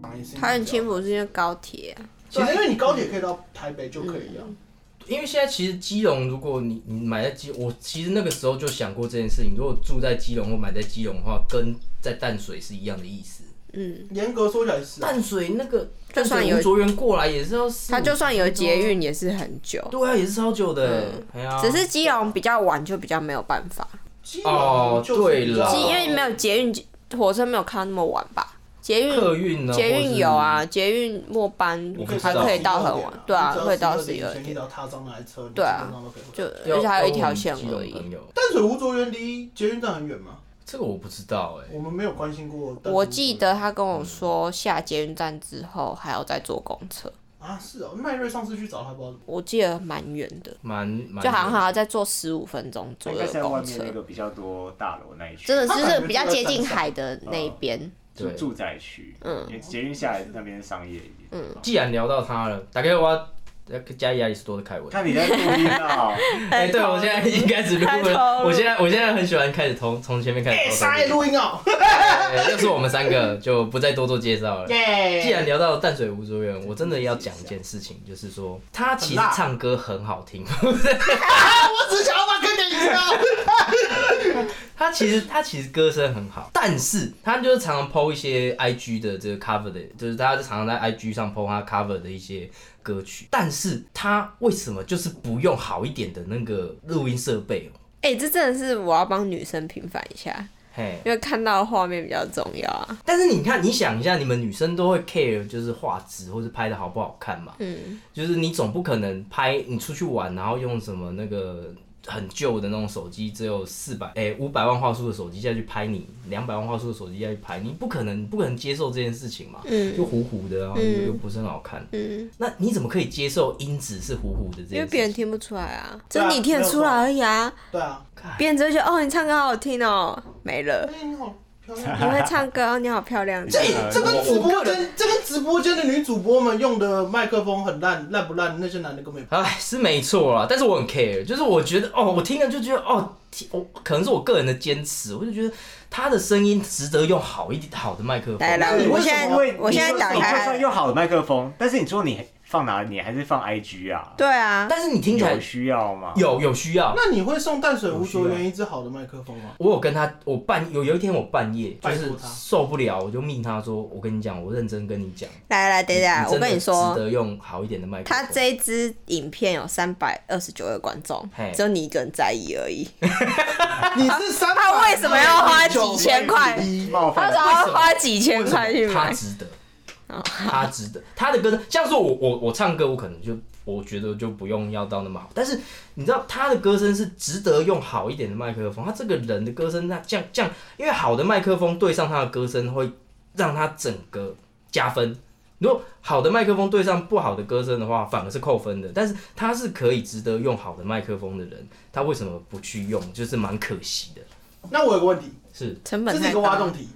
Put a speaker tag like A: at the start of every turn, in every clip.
A: 港也是
B: 桃园青
A: 浦，
B: 浦是因为高铁、啊，
A: 其实因为你高铁可以到台北就可以
B: 嗯
A: 了。
C: 因为现在其实基隆，如果你你买在基，我其实那个时候就想过这件事情。如果住在基隆或买在基隆的话，跟在淡水是一样的意思。
B: 嗯，
A: 严格说起来是啊，
C: 淡水那个
B: 就
C: 淡
B: 算
C: 水
B: 有
C: 吴卓源过来也是要四五，
B: 它就算有捷运也是很久，
C: 对啊，也是超久的。哎呀、
B: 只是基隆比较晚就比较没有办法，
A: 基
C: 哦
A: 隆就是比较
C: 对啦
B: 基因为没有捷运，火车没有开到那么晚吧？捷运
C: 客运呢，
B: 捷
C: 或
B: 运
C: 是
B: 有，啊，捷运末班
C: 我不知
B: 还
C: 道
B: 可以到很
A: 12
B: 晚
A: 点，啊
B: 对
A: 你
B: 啊，
A: 只要
B: 会到
A: 12
B: 十一
A: 点
B: 二
A: 以前你
B: 点
A: 只，要踏上那台车，你
B: 对啊
A: 基本上都可以回
B: 就
A: 来。
B: 而
C: 要
B: 且还有一条
C: 要问
B: 线
C: 基隆
B: 而已。
C: 朋友
A: 淡水吴卓源离捷运站很远吗？
C: 这个我不知道哎、
A: 我们没有关心过淡水吴卓源。
B: 我记得他跟我说，下捷运站之后还要再坐公车，
A: 啊，是哦，麦瑞上次去找他，不知道
B: 我记得蛮远的，
C: 蛮蛮
B: 就好像还要再坐十五分钟左
D: 应
B: 右
D: 该是在
B: 的
D: 外
B: 公
D: 面
B: 车
D: 那，个比较多大楼那一区，
B: 真的
A: 它
B: 就
A: 感
B: 是
A: 觉
B: 比较
A: 就在
B: 接近
A: 山上
B: 海的那
C: 嗯
B: 一边。
D: 住
C: 对
D: 住宅区，
B: 嗯
D: 因为捷运下来那边是商业哦街。
C: 既然聊到他了，打给我啊。要加亚里士多德凯 文。
D: 看你在录音啊，
C: 哎、对，我现在已经开始录
B: 太投
C: 了。
B: 入
C: 我现在我现在很喜欢开始从从前面开始
A: 哎，
C: 偷
A: 沙耶录音 哦，
C: 哎又是我们三个，就不再多做介绍了。
A: 耶！
C: 既然聊到淡水吴卓源，我真的要讲一件事情，就是说他其实
A: 很辣
C: 唱歌很好听，
A: 我只想要把跟你知道，
C: 他其实他其实歌声很好，但是他就是常常 PO 一些 IG 的这个 cover 的，就是他就常常在 IG 上 PO 他 cover 的一些歌曲，但是他为什么就是不用好一点的那个录音设备哦？
B: 哎、这真的是我要帮女生平反一下，
C: 嘿，
B: 因为看到的画面比较重要啊。
C: 但是你看，你想一下，你们女生都会 care 就是画质或是拍的好不好看嘛？
B: 嗯，
C: 就是你总不可能拍你出去玩，然后用什么那个很旧的那种手机，只有四百哎五百万画素的手机下去拍你，两百万画素的手机下去拍你，不可能不可能接受这件事情嘛？
B: 嗯
C: 就糊糊的，然后
B: 嗯
C: 又不是很好看。
B: 嗯，
C: 那你怎么可以接受音质是糊糊的这件事情？
B: 因为别人听不出来啊，
A: 对
B: 这
A: 啊
B: 你听得出来而已啊，
A: 对啊，
B: 别人只会觉得哦，你唱歌好好听哦，没了。
A: 哎，你好漂亮。
B: 你会唱歌哦，你好漂 亮。
A: 这
D: 个
A: 这跟直播间，这跟直播间的女主播们用的麦克风很烂，烂不烂？那些男的根本也
C: 哎，是没错啦，但是我很 care，就是我觉得哦，我听了就觉得哦，听我可能是我个人的坚持，我就觉得他的声音值得用好一点好的麦克
B: 来
C: 风。
B: 来，
A: 你为
B: 我
A: 什
B: 现
A: 么
B: 在我现在打
D: 你就
B: 开
D: 算
B: 了，
D: 用好的麦克风，但是你说你放哪里，你还是放 IG 啊？
B: 对啊，
C: 但是你听起来
D: 有需要吗？
C: 有有需要，
A: 那你会送淡水吴卓源一支好的麦克风吗？
C: 我有跟他，我半有有一天我半夜就
A: 拜
C: 是
A: 托他
C: 受不了，我就命他说，我跟你讲，我认真跟你讲，
B: 来来，等一下，
C: 真
B: 啊我
C: 的
B: 跟你说
C: 值，得用好一点的麦克风。
B: 他这一支影片有三百二十九个观众
C: 嘿，
B: 只有你一个人在意而已。
A: 你是三，
B: 他为什么要花几千块？
D: 冒
B: 他
D: 犯
B: 只
D: 了
B: 要花几千
C: 为什么
B: 块去
C: 他
B: 买？
C: 值得，他值得，他的歌声，像是我我我唱歌，我可能就我觉得就不用要到那么好，但是你知道他的歌声是值得用好一点的麦克风，他这个人的歌声，那这样这样，因为好的麦克风对上他的歌声，会让他整个加分。如果好的麦克风对上不好的歌声的话，反而是扣分的。但是他是可以值得用好的麦克风的人，他为什么不去用？就是蛮可惜的。
A: 那我有个问题，
C: 是
B: 成
A: 这
B: 本
A: 是
B: 太
A: 一个挖
B: 高
A: 洞。题。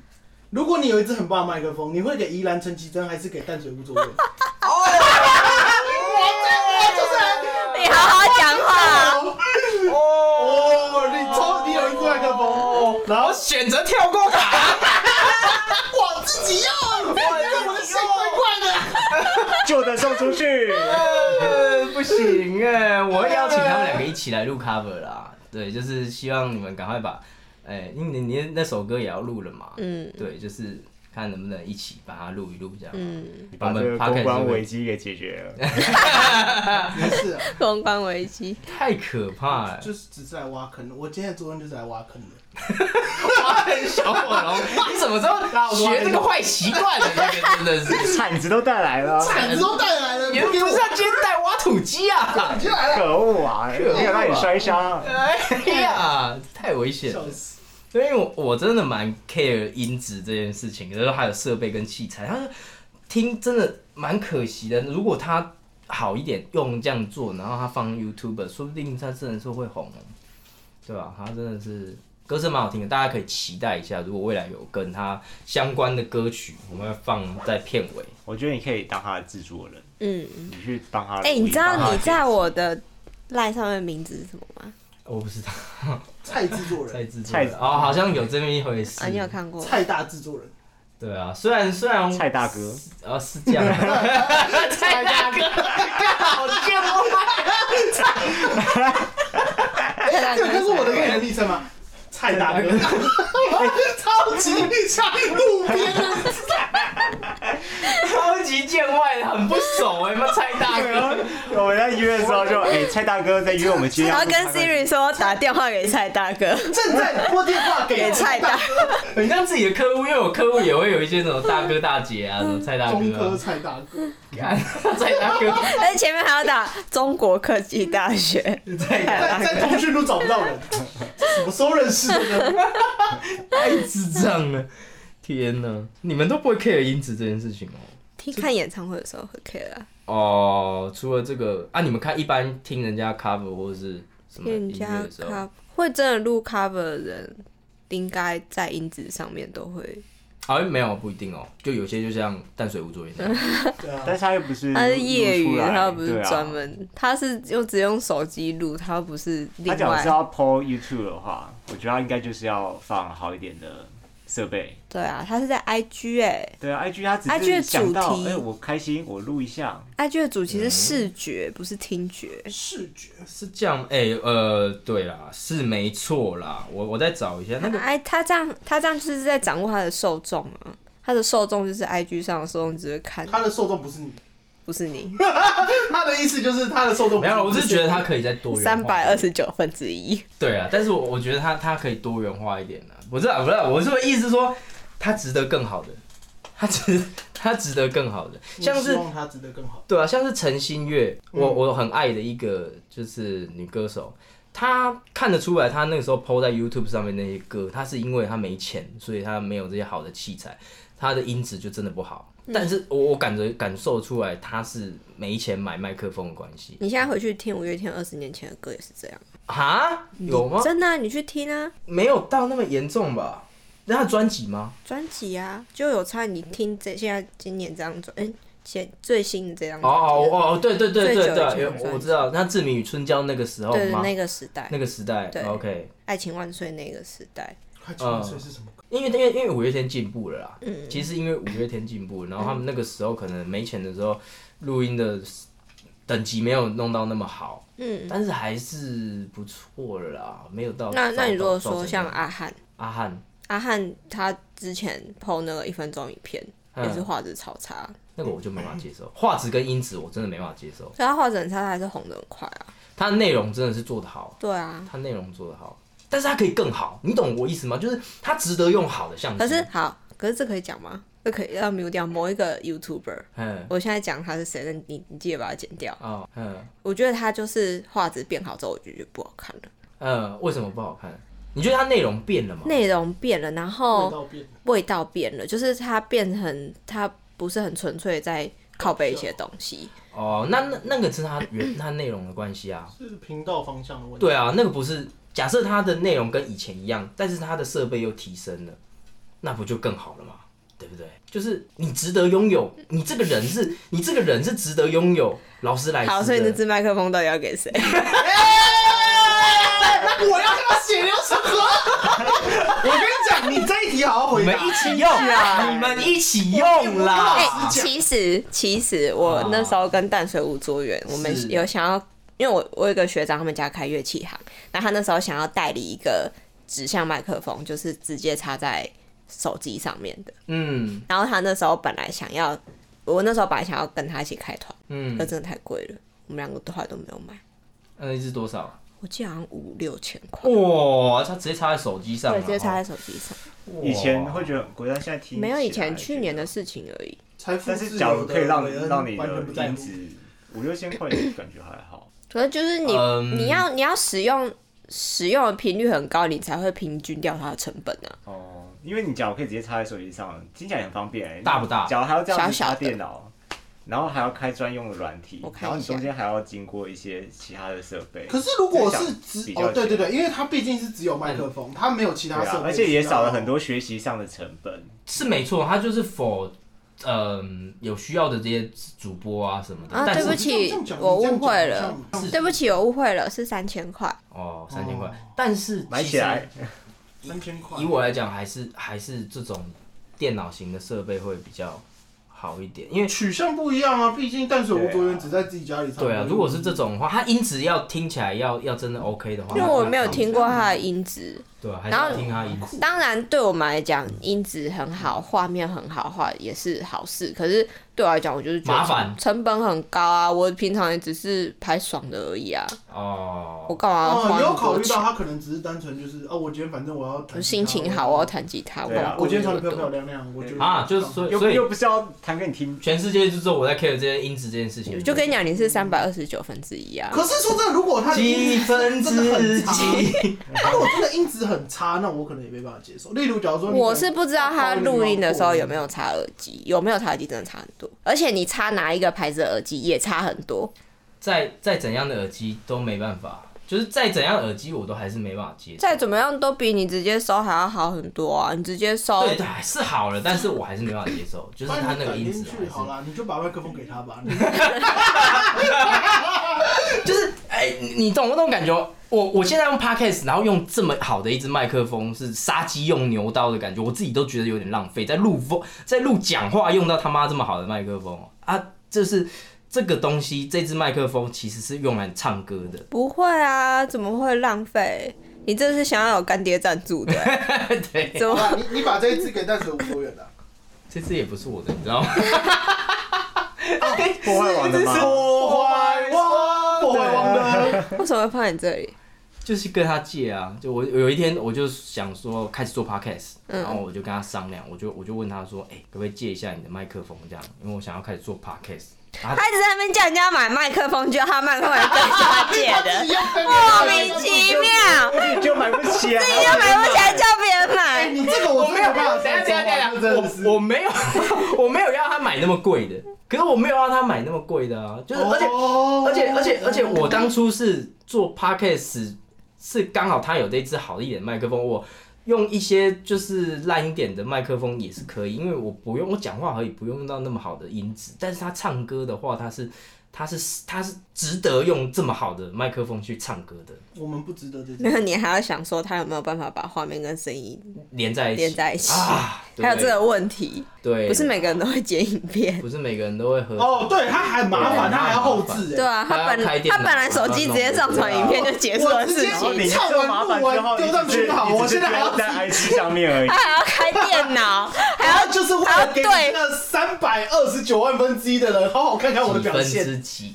A: 如果你有一支很棒的麦克风，你会给宜兰陈绮贞还是给淡水吴 卓源？哦
B: 你好好讲话。啊
A: 哦，你超你有一支麦克
B: 哦
A: 风，然后
C: 选择跳过卡。
A: 我自
C: 嗯
A: 己用，这我的心怪怪的。
D: 旧的送出 去。
C: 呃 不行 哎、我会邀请他们两个一起来录 cover 啦。对，就是希望你们赶快把，哎、因为你你那首歌也要录了嘛。
B: 嗯
C: 对，就是看能不能一起把它录一录，这样。
B: 嗯，
D: 把这个
C: podcast
D: 公关
C: 会
D: 危机给解决了。
A: 没事啊，
B: 公关危机，
C: 太可怕了，
A: 就是只是来挖坑的。我今天的作文就是来挖坑的。
C: 小火龙， 你什么时候学这个坏习惯 的？这个真的是，
D: 铲子都带来 了，
A: 铲子都带来了，
C: 你
A: 你
C: 们
A: 不给
C: 不
A: 我
C: 是要接带挖土机啊？
A: 铲就来了，
D: 可恶啊！
C: 可恶啊
D: 没有让你摔伤。啊
C: 哎呀，太危险了
A: 笑。死！
C: 所以我我真的蛮 care 音质这件事情，就是还有设备跟器材，他听真的蛮可惜的。如果他好一点用这样做，然后他放 YouTube，说不定他真的是会红哦，对吧、他真的是歌声蛮好听的，大家可以期待一下。如果未来有跟他相关的歌曲，我们会放在片尾。
D: 我觉得你可以当他的制作人，
B: 嗯，
D: 你去帮他。
B: 哎、你知道你在
D: 帮
B: 我的赖上面名字是什么吗？
C: 我不知道
A: 蔡制作人，
C: 蔡制作
D: 蔡
C: 人哦，好像有这么一回事。
B: 啊，你有看过？
A: 蔡大制作人，
C: 对啊，虽然虽然
D: 蔡大哥，
C: 啊是这样啊，蔡大哥，好羡慕啊！
E: 蔡大
A: 这
E: 哥
A: 个是我的个人昵称吗？蔡大哥， 超级像路边啊的，
C: 超级见外的，很不熟哎、妈蔡大哥，
D: 我们在约的时 候就哎、蔡大哥在约我们去
B: 然
D: 要
B: 后
D: 去
B: 跟
D: 看看，
B: Siri 说打电话给蔡大哥，
A: 正在拨电话给
B: 给蔡大
C: 很像自己的客户，因为我客户也会有一些什么大哥大姐啊，什么蔡大
A: 中
C: 哥、
A: 科
C: 啊，
A: 蔡大哥，
C: 干 蔡大哥，
B: 但是前面还要打中国科技大学，
C: 蔡大
A: 在在通讯录找不到人，什么时候认识的呢？
C: 太智障了，天哪！你们都不会 care 音质这件事情哦。
B: 听看演唱会的时候会 care 啊，
C: 哦，除了这个啊，你们看一般听人家 cover 或者是什么
B: 人
C: 音乐
B: 家
C: 的时候，
B: cover 会真的录 cover 的人，应该在音质上面都会，
C: 好啊像没有不一定哦，就有些就像淡水 无作那样，
A: 对啊，
D: 但是他又不是
B: 他是业
D: 嗯录
B: 余
D: 出
B: 的，
D: 来
B: 他不是
D: 对啊
B: 专门，他是又只用手机录，他不是另
D: 他假如
B: 外
D: 是，要 PO YouTube 的话，我觉得他应该就是要放好一点的设备。
B: 对啊，他是在 IG 哎、
D: 对啊，IG 他只
B: IG 的
D: 是想到
B: 主，题
D: 哎、我开心，我录一下。
B: i g 的主
D: 嗯
B: 题是视觉，不是听觉。
A: 视觉
C: 是这样哎、呃，对啦，是没错啦，我我再找一下 那个
B: 哎，他这样，他这样就是在掌握他的受众啊。他的受众就是 IG 上的受众，只会看，
A: 他的受众不是你，
B: 不是你。
A: 他的意思就是他的受众不
C: 没有，我
A: 不
C: 是觉得它可以再多元化
B: 三百二十九分之一，
C: 对啊，但是我我觉得它它可以多元化一点啊。不是啊，不是啊，我是意思是说，它值得更好的，它值它值得更好的，
A: 你
C: 像
A: 希
C: 是
A: 望他值得更好。
C: 对啊，像是陈星月，我我很爱的一个就是女歌手，她看得出来，她那个时候 PO 在 YouTube 上面那些歌，她是因为她没钱，所以她没有这些好的器材，她的音质就真的不好。但是我我感觉感受出来，她是没钱买麦克风的关系
B: 你现在回去听五月天二十年前的歌也是这样，
C: 啊？有吗？
B: 真的啊、你去听啊，
C: 没有到那么严重吧？那她专辑吗？
B: 专辑啊就有差。你听这现在今年这张专，嗯，前最新的这张
C: 哦
B: 专辑啊
C: 哦哦哦，对对对
B: 最
C: 对
B: 久以前
C: 对，
B: 的
C: 有
B: 专辑
C: 我知道，那志明与春娇那个时候
D: 哦
B: 对
C: 吗？
B: 那个时代，
C: 那个时代
B: 对
C: ，OK，
B: 爱情万岁那个时代，
A: 快九万岁是什么歌？
C: 因为因为因为五月天进步了啦，
B: 嗯
C: 其实因为五月天进步，然后他们那个时候可能没钱的时候，录音的等级没有弄到那么好，
B: 嗯。
C: 但是还是不错了啦，没有到
B: 那那你如果说像
C: 阿
B: 阿汉，
C: 阿汉
B: 阿汉他之前 PO 那个一分钟影片，也是
C: 嗯
B: 画质超差，
C: 那个我就没办法接受，画质跟音质我真的没办法接受，
B: 可他画质很差，他还是红的很快啊。
C: 它的内容真的是做得好，
B: 对啊，
C: 它内容做得好，但是它可以更好，你懂我意思吗？就是它值得用好的相机。
B: 可是，好，可是这可以讲吗？这可以要 mute 掉某一个 YouTuber。
C: 嗯，
B: 我现在讲他是谁，那你你记得把它剪掉。
C: 哦，嗯
B: 我觉得他就是画质变好之后，我就觉得不好看了，
C: 嗯，为什么不好看？你觉得它内容变了吗？
B: 内容变了，然
A: 味
B: 后
A: 道变了，
B: 味道变了，就是它变成它不是很纯粹在靠背一些东西。
C: 哦，那那那个是它原 它内容的关系啊。
A: 是频道方向的问题。
C: 对啊，那个不是假设它的内容跟以前一样，但是它的设备又提升了，那不就更好了吗？对不对？就是你值得拥有，你这个人是，你这个人是值得拥有劳斯莱斯的。
B: 好，所以那支麦克风到底要给谁？
A: 哎我要跟他血流成 河。我跟你讲，你这一题好好
C: 你
A: 回
C: 们
A: 答
C: 一。起用，啊 你们一起用
D: 啊
C: 啦。
B: 哎、其实其实我那时候跟淡水舞卓
D: 啊
B: 园，我
C: 是
B: 们有想要，因为我我有一个学长，他们家开乐器行，然后他那时候想要代理一个指向麦克风，就是直接插在手机上面的。
C: 嗯
B: 然后他那时候本来想要，我那时候本来想要跟他一起开团，
C: 嗯
B: 可，真的太贵了，我们两个都后来都没有买，
C: 那一支多少？
B: 我记得好像五六千块。
D: 哦
C: 哇，它直接插在手机上啊，
B: 对，直接插在手机上，
C: 哇
D: 以前会觉得很贵，但现在哦听
B: 没有以
D: 起来
B: 前去年的
D: 觉
B: 事情而已。
A: 财
D: 得，
A: 富
D: 但
A: 自
D: 是假
A: 由
D: 如
A: 的
D: 可以让
A: 韦恩
D: 让你
A: 完
D: 的
A: 全不在
D: 音
A: 乎。
D: 质五六千块，感觉还好。
B: 可是就是你、
C: 嗯
B: 你要你要使用使用的频率很高，你才会平均掉它的成本啊。
D: 哦，因为你假如可以直接插在手机上，听起来很方便、欸。
C: 大不大
D: 假如还要这样子
B: 小小
D: 插
B: 的
D: 电脑，然后还要开专用的软体
B: 我，看一下
D: 然后你中间还要经过一些其他的设备。
A: 可是如果
D: 这
A: 是
D: 样
A: 只
D: 比较
A: 哦，对对
D: 起来
A: 对，因为它毕竟是只有麦克风，它没有其他
D: 对
A: 设
D: 啊
A: 备，，
D: 而且也少了很。
A: 哦
D: 多学习上的成本。
C: 是没错，它就是否嗯有需要的这些主播啊什么的，
B: 啊
C: 但是
B: 对不起
A: 这样讲
B: 我
A: 你这样
B: 误
A: 讲
B: 会了
A: 好像
B: 对不起，我误会了，是三千块。
C: 哦三千块，但是
D: 买
C: 其
D: 起
C: 实
D: 来
A: 三千块
C: 以，我来讲，还是还是这种电脑型的设备会比较好一点，因为
A: 取向不一样啊，毕竟淡水无着原只在自己家里唱歌。
C: 对啊，如果是
A: 嗯
C: 这种的话，它音质要听起来要要真的 OK 的话，
B: 因为我没有
C: 那
B: 听过他的音质。
C: 对啊，还
B: 然
C: 是
B: 后
C: 听它音质。
B: 当然，对我们来讲，音质很好，画面很好，画也是好事。可是对我来讲，我就是觉得
C: 麻烦
B: 成本很高啊。我平常也只是拍爽的而已啊，我
C: 哦，
B: 干嘛要
A: 哦，
B: 花
A: 也有
B: 那么
A: 考
B: 多
A: 虑
B: 钱
A: 到？他可能只是单纯就是哦，我今天反正我要弹吉他
B: 我心情好，我要弹吉他，我
D: 对啊
B: 干嘛
A: 我
B: 顾
A: 今
B: 虑
A: 天
B: 那
A: 唱
B: 么
A: 的漂漂
B: 多？
A: 亮亮，我觉得
C: 啊，就是所以
D: 又
C: 所以
D: 又不是要弹给你听，
C: 全世界就只有我在 care 这件音质这件事情
B: 我。就跟你讲，你是三百二十九分之一啊。
A: 可是说真的，如果他的
C: 几
A: 音质
C: 分
A: 真的
C: 之
A: 很差，
C: 几？
A: 他如果真的音质很差，那我可能也没办法接受。例如，假如说你
B: 我是不知道他录音的时候有没有插耳机，有没有插耳机真的差很多。而且你插哪一个牌子的耳机也差很多。
C: 再再怎样的耳机都没办法，就是再怎样的耳机我都还是没办法接。
B: 再怎么样都比你直接收还要好很多啊！你直接收，
C: 对对，是好了，但是我还是没办法接受，就是
A: 帮
C: 它
A: 你
C: 那个
A: 改
C: 音
A: 天
C: 质
A: 去好
C: 还
A: 啦，你就把麦克风给他吧。
C: 是，就是哎，你你懂那种感觉吗？我我现在用 podcast，然后用这么好的一支麦克风，是杀鸡用牛刀的感觉，我自己都觉得有点浪费，在录风在录讲话用到他妈这么好的麦克风啊，就是这个东西，这支麦克风其实是用来唱歌的，
B: 不会啊，怎么会浪费？你这是想要有干爹赞助的、欸
C: 对，啊
B: 怎
A: 好
B: 么？
A: 啦，你你把这一支给淡水无多远的，
C: 这次也不是我的，你知道吗？
D: 破坏完了吗？
A: 破坏 王，破坏王的，
B: 为什么会放在你这里？
C: 就是跟他借啊，就我我有一天我就想说开始做 podcast，然
A: 嗯
C: 后我就跟他商量，我就我就问他说，哎、可不可以借一下你的麦克风这样，因为我想要开始做 podcast。然啊后
B: 他一直在那边叫人家买麦克风，就他麦克风也被他借 的，莫名其妙，
D: 就买不起啊！
B: 要买不起来叫别人
A: 哎，
B: 买。
A: 你这个 我没有办法
C: 等一下等一下
A: 这
C: 等
A: 真
C: 一
A: 的
C: 下
A: 是
C: 我我没有 我没有要他买那么贵的，可是我没有要他买那么贵的啊，就是而且、
A: 哦
C: 而且而且而且我当初是做 podcast，是刚好他有这支好一点的麦克风，我用一些就是烂一点的麦克风也是可以，因为我不用我讲话可以不用用到那么好的音质，但是他唱歌的话，他是他是他是值得用这么好的麦克风去唱歌的，
A: 我们不值得这种。
B: 然后你还要想说他有没有办法把画面跟声音
C: 连在一起，
B: 连在一起，
C: 啊，对
B: 还有这个问题，
C: 对，
B: 不是每个人都会剪影片。
C: 不是每个人都会合
A: 哦，对，他还麻烦，他还要后置
B: 对
A: 哎。
B: 啊，他本
C: 他要开电
B: 他
C: 脑
B: 本来手机直接上传影片就结束
A: 我
B: 了
A: 直
B: 事
A: 接
B: 情，
A: 唱完录完丢上去好，我现在还要
D: 在 IG 上面而已。
B: 他还要开电脑，还
A: 他
B: 要
A: 就是为
B: 还
A: 了
B: 要
A: 给
B: 对
A: 你那三百二十九万分之一的人好好看看我的
C: 几
A: 表
C: 分
A: 现。
C: 之几，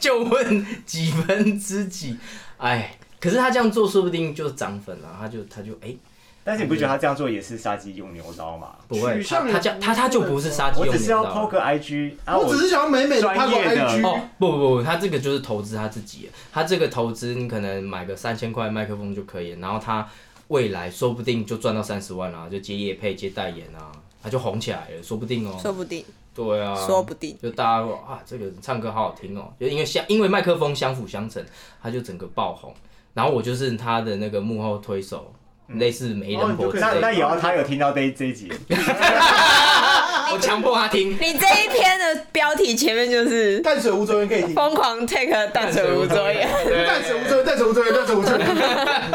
C: 就问几分之几，哎。可是他这样做，说不定就是涨粉了、他就他就哎、
D: 但是你不觉得他这样做也是杀鸡用牛刀吗？
C: 不会，
A: 取向
C: 他
A: 也
C: 他叫他他就不是杀鸡
D: 我
C: 用
D: 只是
C: 牛
D: 要 po
C: 刀。
D: 个 IG，啊，
A: 我只是想要美美的拍个
D: 专业的
A: IG，
C: 哦，不不不，他这个就是投资他自己，他这个投资你可能买个三千块麦克风就可以，然后他未来说不定就赚到三十万啦、就接业配接代言啊，他就红起来了，说不定哦。
B: 说不定，
C: 对啊，
B: 说不定。
C: 就大家说啊，这个人唱歌好好听哦，就因为相因为麦克风相辅相成，他就整个爆红。然后我就是他的那个幕后推手，
A: 嗯
C: 类似媒
A: 哦
C: 人婆之类
D: 那那
C: 的，
D: 也要他有听到这一这一集，
C: 我强迫他听。
B: 你这一篇的标题前面就是
A: 淡水无着人可以听。
B: 疯狂 take 淡水无作业，
C: 对
A: 淡水无着人，淡水无着人，淡水无着人。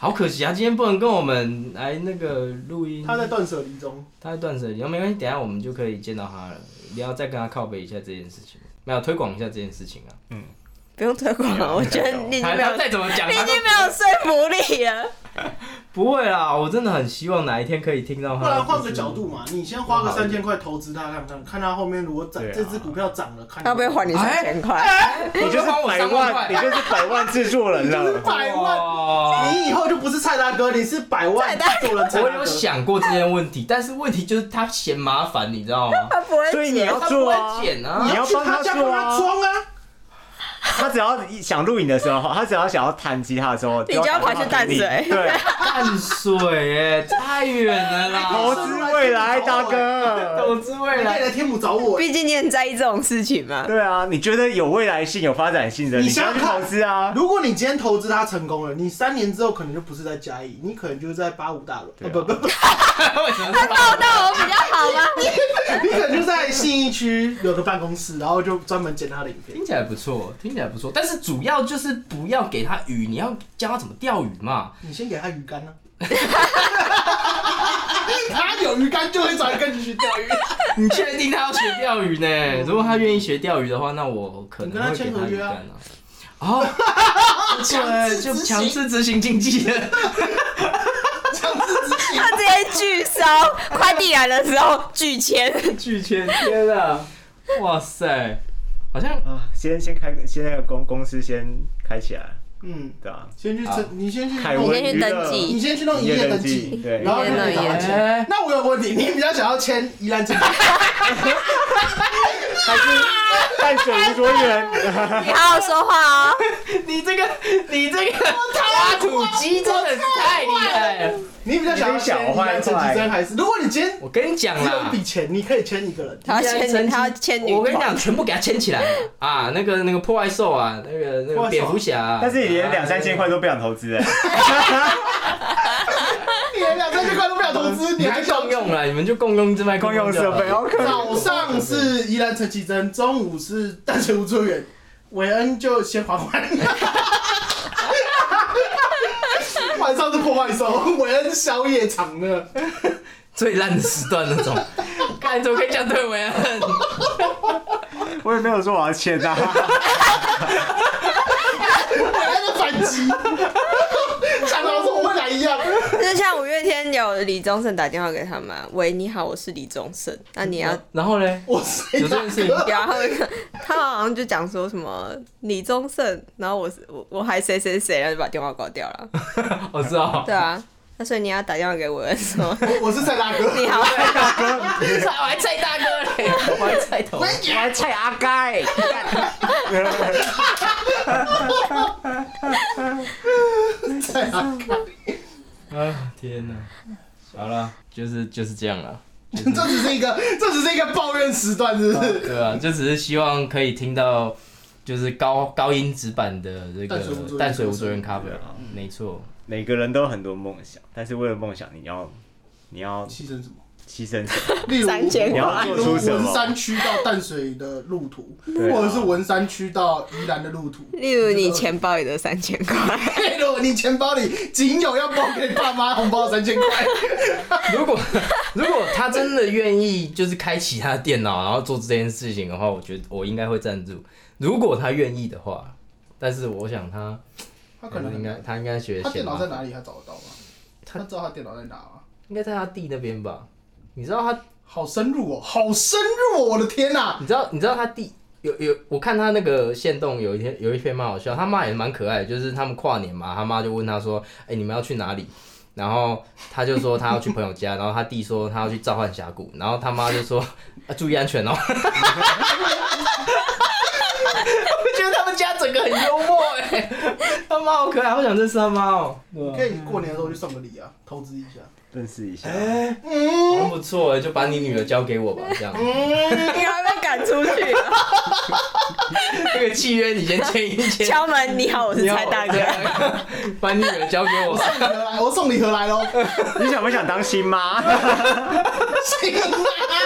C: 好可惜啊，今天不能跟我们来那个录音。
A: 他在断舍离中，
C: 他在断舍离，没关系，等一下我们就可以见到他了。你要再跟他靠背一下这件事情，没有推广一下这件事情啊。
B: 不用推广了，我觉得你已经
C: 他
B: 没
C: 他
B: 有，
C: 再怎么讲，
B: 你
C: 他
B: 已
C: 都
B: 经没有说服力了。
C: 不会啦。我真的很希望哪一天可以听到他。
A: 不然换个角度。嘛，你先花个三千块投资他看看，看他后面如果涨
D: 对，啊
A: 这只股票涨了，看
B: 要不要还你三千块？
D: 你就是
C: 还我
D: 百
C: 三万块
D: 万，你就是百万制作
A: 就
D: 人
A: 是
D: 了。
A: 百万。
C: 哇！
A: 你以后就不是蔡大哥，你是百万做人蔡
C: 我
A: 大
C: 有
A: 哥。
C: 想过这件问题，但是问题就是他嫌麻烦，你知道 吗？
B: 他不会
D: 所以你
B: 剪，
D: 要
B: 他
D: 做
C: 他
D: 啊
C: 不会，剪啊
D: 你，要
A: 去
D: 帮
A: 他
D: 他
A: 家
D: 做
A: 帮他
D: 啊。
A: 装啊！
D: 他只要一想录影的时候，他只要想要弹吉他的时候，
B: 你就要跑去
D: 打
B: 淡
D: 电话给你
B: 水
C: 淡
D: 对，
C: 水哎，太远了
D: 投
C: 啦。
D: 资未来，大哥。
C: 投资未
A: 你可以
C: 来，
A: 来天母找我，
B: 毕竟你很在意这种事情嘛。
D: 对啊，你觉得有未来性、有发展性的，
A: 你
D: 你
A: 想
D: 就
A: 想
D: 要去
A: 看
D: 投资啊。
A: 如果你今天投资它成功了，你三年之后可能就不是在嘉义，你可能就是在八五大楼，啊
D: 对啊
A: 不不不，
C: 为什么是
B: 报道我比较好吗？
A: 你可能就在信义区有个办公室，然后就专门剪他的影片。
C: 听起来不错，听起来不错，但是主要就是不要给他鱼，你要 教他怎么钓鱼嘛。
A: 你先给他鱼竿呢、啊。他有有鱼竿就会找一根去钓鱼。
C: 你确定他要学钓鱼呢？如果他愿意学钓鱼的话，那我可
A: 嗯你跟
C: 能
A: 他
C: 会
A: 签
C: 给
A: 合
C: 他鱼
A: 约啊
C: 竿啊。 哦，对，就强制执行经济的。
B: 他直接拒收，快递来的时候拒签。
C: 巨千天啊！哇塞，好像
D: 啊，先先开，先那个公公司先开起来，
A: 嗯，
D: 对啊，
A: 先去
C: 好
A: 申，你先去
D: 凯
A: 弄，
D: 文
B: 先去
D: 娱
B: 登
D: 乐
B: 记
A: 你先去弄营
D: 营
A: 业
D: 业
A: 登
D: 登
A: 记
D: 记，对
A: 然后就可以
B: 营
A: 找
B: 业登
A: 他
B: 记
A: 签。那我有问题，你比较想要签宜兰金牌？
D: 还是淡水吴卓源，
B: 你好好说话哦。
C: 你这个 你这个挖土机真的是太厉害了！
A: 你比较想要签宜兰陈绮贞还是？如果你今天
C: 我跟你讲
A: 只有一
C: 啦，
A: 笔钱，你可以签一个人。
B: 他要签，他要签女
C: 我跟你
B: 团。
C: 讲，全部给他牵起来啊！那个那个破坏兽啊，那个那
A: 破坏
C: 个
A: 兽
C: 蝙蝠侠啊，
D: 但是你连两三千块
C: 啊
D: 都不想投资哎，
A: 你连两三千块都不想投资，你还
C: 你们就
A: 想
C: 共？用了，你们就共用一支麦克
D: 公
C: 风就好
D: 用
C: 了
D: 设备，好可
A: 早上是宜兰陈绮贞，中午是淡水吴卓源，韦恩就先缓缓。晚上是破坏手，韦恩宵夜场呢。
C: 最烂的时段那种。看，怎么可以这样对我呀？
D: 我也没有说我要欠啊，
A: 本来的反击，讲的好像我未来一样。
B: 就像五月天有李宗盛打电话给他们、啊，喂，你好，我是李宗盛，那你要。
C: 然后呢？
A: 我谁
C: 有这
A: 大
C: 件事情
A: 哥？
B: 然后他好像就讲说什么李宗盛，然后我是我我还谁谁谁，然后就把电话挂掉了。
C: 我知道，
B: 对啊，那所以你要打电话给我说
A: 我我是蔡大哥。
B: 你好，
C: 我还菜大哥嘞， 我还菜头。
B: 我蔡阿盖。
A: 蔡大哥，
C: 啊，天哪！好了，就是就是这样了。
A: 这只是一个，这只是一个抱怨时段，是不是？
C: 对啊，就只是希望可以听到就是高高音质版的这
A: 淡水无
C: 个
A: 罪
C: 淡水无罪人
D: 对
C: cover，
D: 啊
C: 没错，
D: 每个人都有很多梦想，但是为了梦想，你要你要
A: 牺牲什么？
D: 牺 牲什么？
A: 例如
B: 三千
D: 你要
A: 例
D: 做
A: 如
D: 出什
A: 文山
D: 么？
A: 区到淡水的路途，
D: 对啊
A: 或者是文山区到宜兰的路途。
B: 例如你钱包里的三千块，
A: 对了，你钱包里仅有要包给爸妈红包三千块，
C: 如果如果他真的愿意，就是开启他的电脑，然后做这件事情的话，我觉得我应该会赞助。如果他愿意的话，但是我想他
A: 他可能
C: 应该
D: 嗯
C: 他应该学
A: 他
C: 写
A: 电脑
C: 吧
A: 在哪里？他找得到吗？他
C: 他
A: 知道他电脑在哪吗？
C: 应该在他弟那边吧？你知道他
A: 好深入哦，好深入哦！我的天哪、
C: 你知道你知道他弟有有，我看他那个线动有一天有一篇蛮好笑，他妈也蛮可爱的，就是他们跨年嘛，他妈就问他说：“哎、你们要去哪里？”然后他就说他要去朋友家，然后他弟说他要去召唤峡谷，然后他妈就说、啊、注意安全哦。 我觉得他们家整个很幽默哎、他妈好可爱，好想认识他妈哦、
D: 啊
A: 你可以过年的时候去送个礼啊，投资一下。
D: 认识一下，
C: 好像不错哎、就把你女儿交给我吧，这样
B: 你还被赶出去了。
C: 这个契约你先签一 签。
B: 敲门，你好，我是
C: 你要
B: 蔡大哥。
C: 把你女儿交给我吧。
A: 送礼盒来，我送礼盒来 喽。
D: 你想不想当新妈？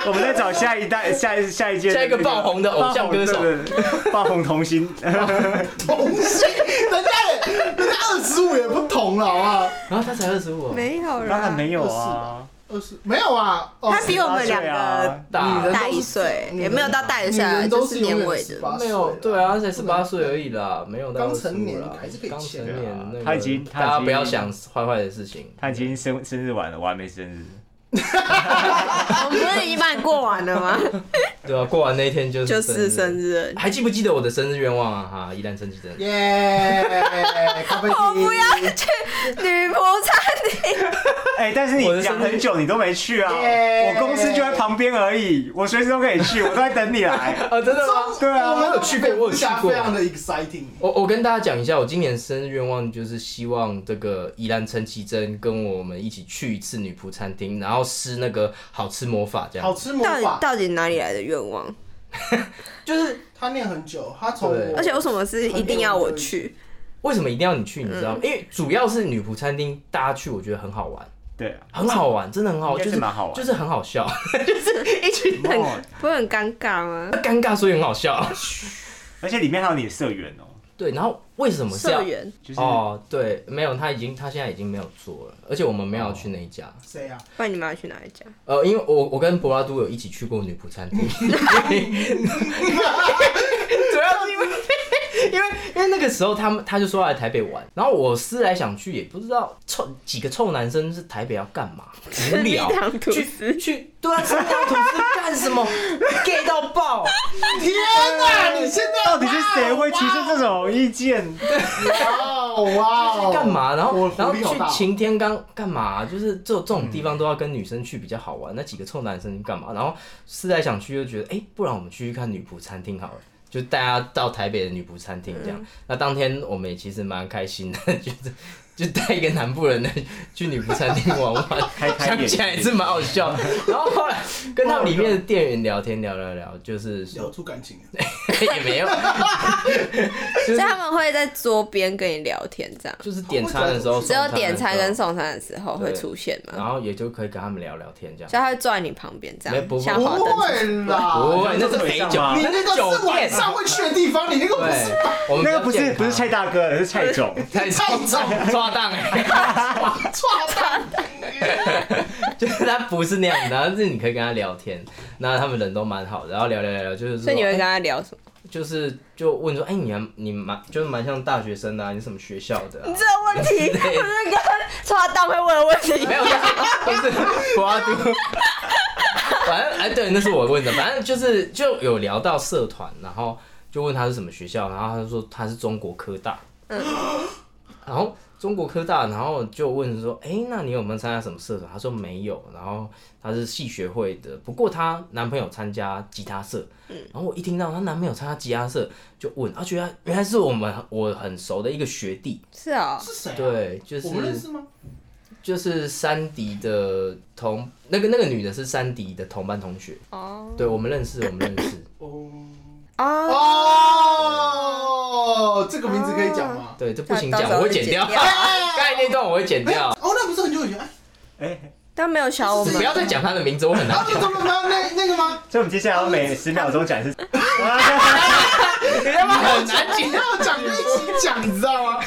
D: 我们在找下一代、下一下一届的
C: 下一个
D: 那
C: 爆红的偶像歌手
D: 爆红的爆红 童星。
A: 同心，人家也，人家二十五也不同了，好不好？
C: 然后他才二十五，
B: 没有
D: 当然
B: 啦，
D: 没有啊，
A: 二十没有啊，哦
B: 他比我们两
D: 18岁啊
B: 个
C: 大
A: 女人
B: 大一岁，也没有到大一
A: 女
B: 岁啊，
A: 人都
B: 就是是
A: 永
B: 年
A: 远
B: 尾
A: 十
B: 的。
A: 八岁
C: 没有，对啊，他才十八岁而已啦，没有到
A: 刚成年
C: 25啦
A: 还是可以
C: 刚
A: 签
C: 成
A: 的啊
C: 年那个，
D: 他已经他已
C: 大家
D: 经
C: 不要想坏坏的事情。
D: 他已经生生日晚了，我还没生 日。
B: 我们不是已经帮你过完了吗？
C: 对啊，过完那一天就是
B: 就是生
C: 日。
B: 日，
C: 还记不记得我的生日愿望啊？哈，依然成绩真的。
A: 耶，咖啡
B: 我
A: 厅
B: 不要去女仆餐厅。
D: 哎，但是
C: 我的生
D: 你讲
C: 日
D: 很久，你都没去啊！
A: 耶
D: 我公司就在旁边而已，我随时都可以去，我都在等 你来。
C: 啊，真的吗？
D: 对啊，
C: 我有去过我有去过
A: 非常的 exciting。
C: 我我跟大家讲一下，我今年生日愿望就是希望这个宜兰陈绮贞跟我们一起去一次女仆餐厅，然后施那个好吃魔法这
A: 好
C: 样。
A: 吃魔
B: 到底
A: 法，
B: 到底哪里来的愿望？
C: 就是
A: 他念很久，他从
C: 对
A: 我
B: 而且为什么是一定要我去？
C: 为什么一定要你去？你知道
A: 嗯
C: 吗？因为主要是女仆餐厅，大家去我觉得很好玩。
D: 对啊，
C: 很好玩，真的很好，
D: 应
C: 玩，
D: 该
C: 就是
D: 蛮好玩
C: 就是很好笑，
B: 很 不会很尴尬吗？
C: 尴尬所以很好笑。
D: 而且里面还有你的社员哦，
C: 对，然后为什么是要
B: 社？员
D: 就是
C: 哦，对，没有，他已经他现在已经没有做了，而且我们没有去那一家。
A: 谁啊？
B: 不然你们要去哪一家？
C: 呃，因为我我跟柏拉都有一起去过女仆餐厅， 主要是因为 因为因为那个时候他们他就说要来台北玩，然后我思来想去也不知道臭几个臭男生是台北要干嘛，无
B: 立
C: 聊
B: 堂吐
C: 去
B: 司，
C: 去对啊，吃当吐司干什么？gay 到爆！
A: 天哪！你现在
D: 到底是谁会提出这种意见？
A: 哇哦哇哦
C: 干？嘛？然
A: 我
C: 后然
A: 火
C: 后
A: 力好大哦
C: 去擎天岗干嘛？就是这这种地方都要跟女生去比较好玩，那几个臭男生干嘛？然后思来想去就觉得，哎、不然我们去去看女仆餐厅好了。就大家到台北的女仆餐厅这样，那当天我们也其实蛮开心的，就是就带一个南部人的去女仆餐厅玩玩，
D: 开开
C: 想
D: 眼
C: 起来也是
D: 界，
C: 蛮好笑的。然后后来跟他们里面的店员聊天聊聊聊，就是说
A: 聊出感情了，
C: 也没有，
B: 所以他们会在桌边跟你聊天这样。
C: 就是点餐的时啊候，
B: 只有
C: 送
B: 点餐
C: 的时候
B: 跟送餐的时候会出现嘛，
C: 然后也就可以跟他们聊聊天这样。
B: 所以他会坐在你旁边这
C: 没不
B: 样，像
C: 不
A: 不
B: 华灯。
A: 会啦，
C: 不会，那啊是陪酒，
A: 你
C: 那
A: 那个
C: 酒
A: 是晚
C: 店。
A: 上会去的地方，你那个不是
C: 对，哦我们
D: 那个不是
C: 比较健康
D: 不是蔡大哥，是蔡总。
C: 太
A: 太早
C: 抓当 哎，
A: 错蛋。
C: 就是他不是那样的，然后是你可以跟他聊天，那他们人都蛮好的，然后聊聊聊聊，就是说
B: 所以你会跟他聊什么？
C: 就是就问说，哎，你还你蛮就是蛮像大学生的啊，你什么学校的啊
B: 这？个问 题不是跟刷档会问的问题
C: 没有，就是就是国阿都，反正哎对，那是我问的，反正就是就有聊到社团，然后就问他是什么学校，然后他就说他是中国科大，然后中国科大，然后就问说，哎、那你有没有参加什么社团？他说没有，然后她是系学会的，不过她男朋友参加吉他社，然后我一听到她男朋友参加吉他社，就问，啊，觉得原来是我们我很熟的一个学弟，
B: 是哦，
A: 是谁啊？
C: 对，就是
A: 我们认识吗？
C: 就是山迪的同那个那个女的是山迪的同班同学，
B: 哦
C: 对我们认识，我们认识，
A: 哦
B: 哦，
A: 哦，这个名字可以讲吗？
C: 对，这不行
B: 到
C: 讲，
B: 时候
C: 我会
B: 就
C: 剪掉，
B: 剪掉
C: 刚才那段我会剪掉，
A: 哦，那不是很久以前？哎
D: 哎，
B: 但没有小我们
C: 不，要再讲她的名字，我很
A: 啊，
C: 难
A: 你
C: 剪。
A: 怎么没有那那个吗？
D: 所以我们接下来要每十秒钟讲一次。
C: 你他妈 很难
A: 你
C: 剪。
A: 要讲就一起讲，你知道 吗？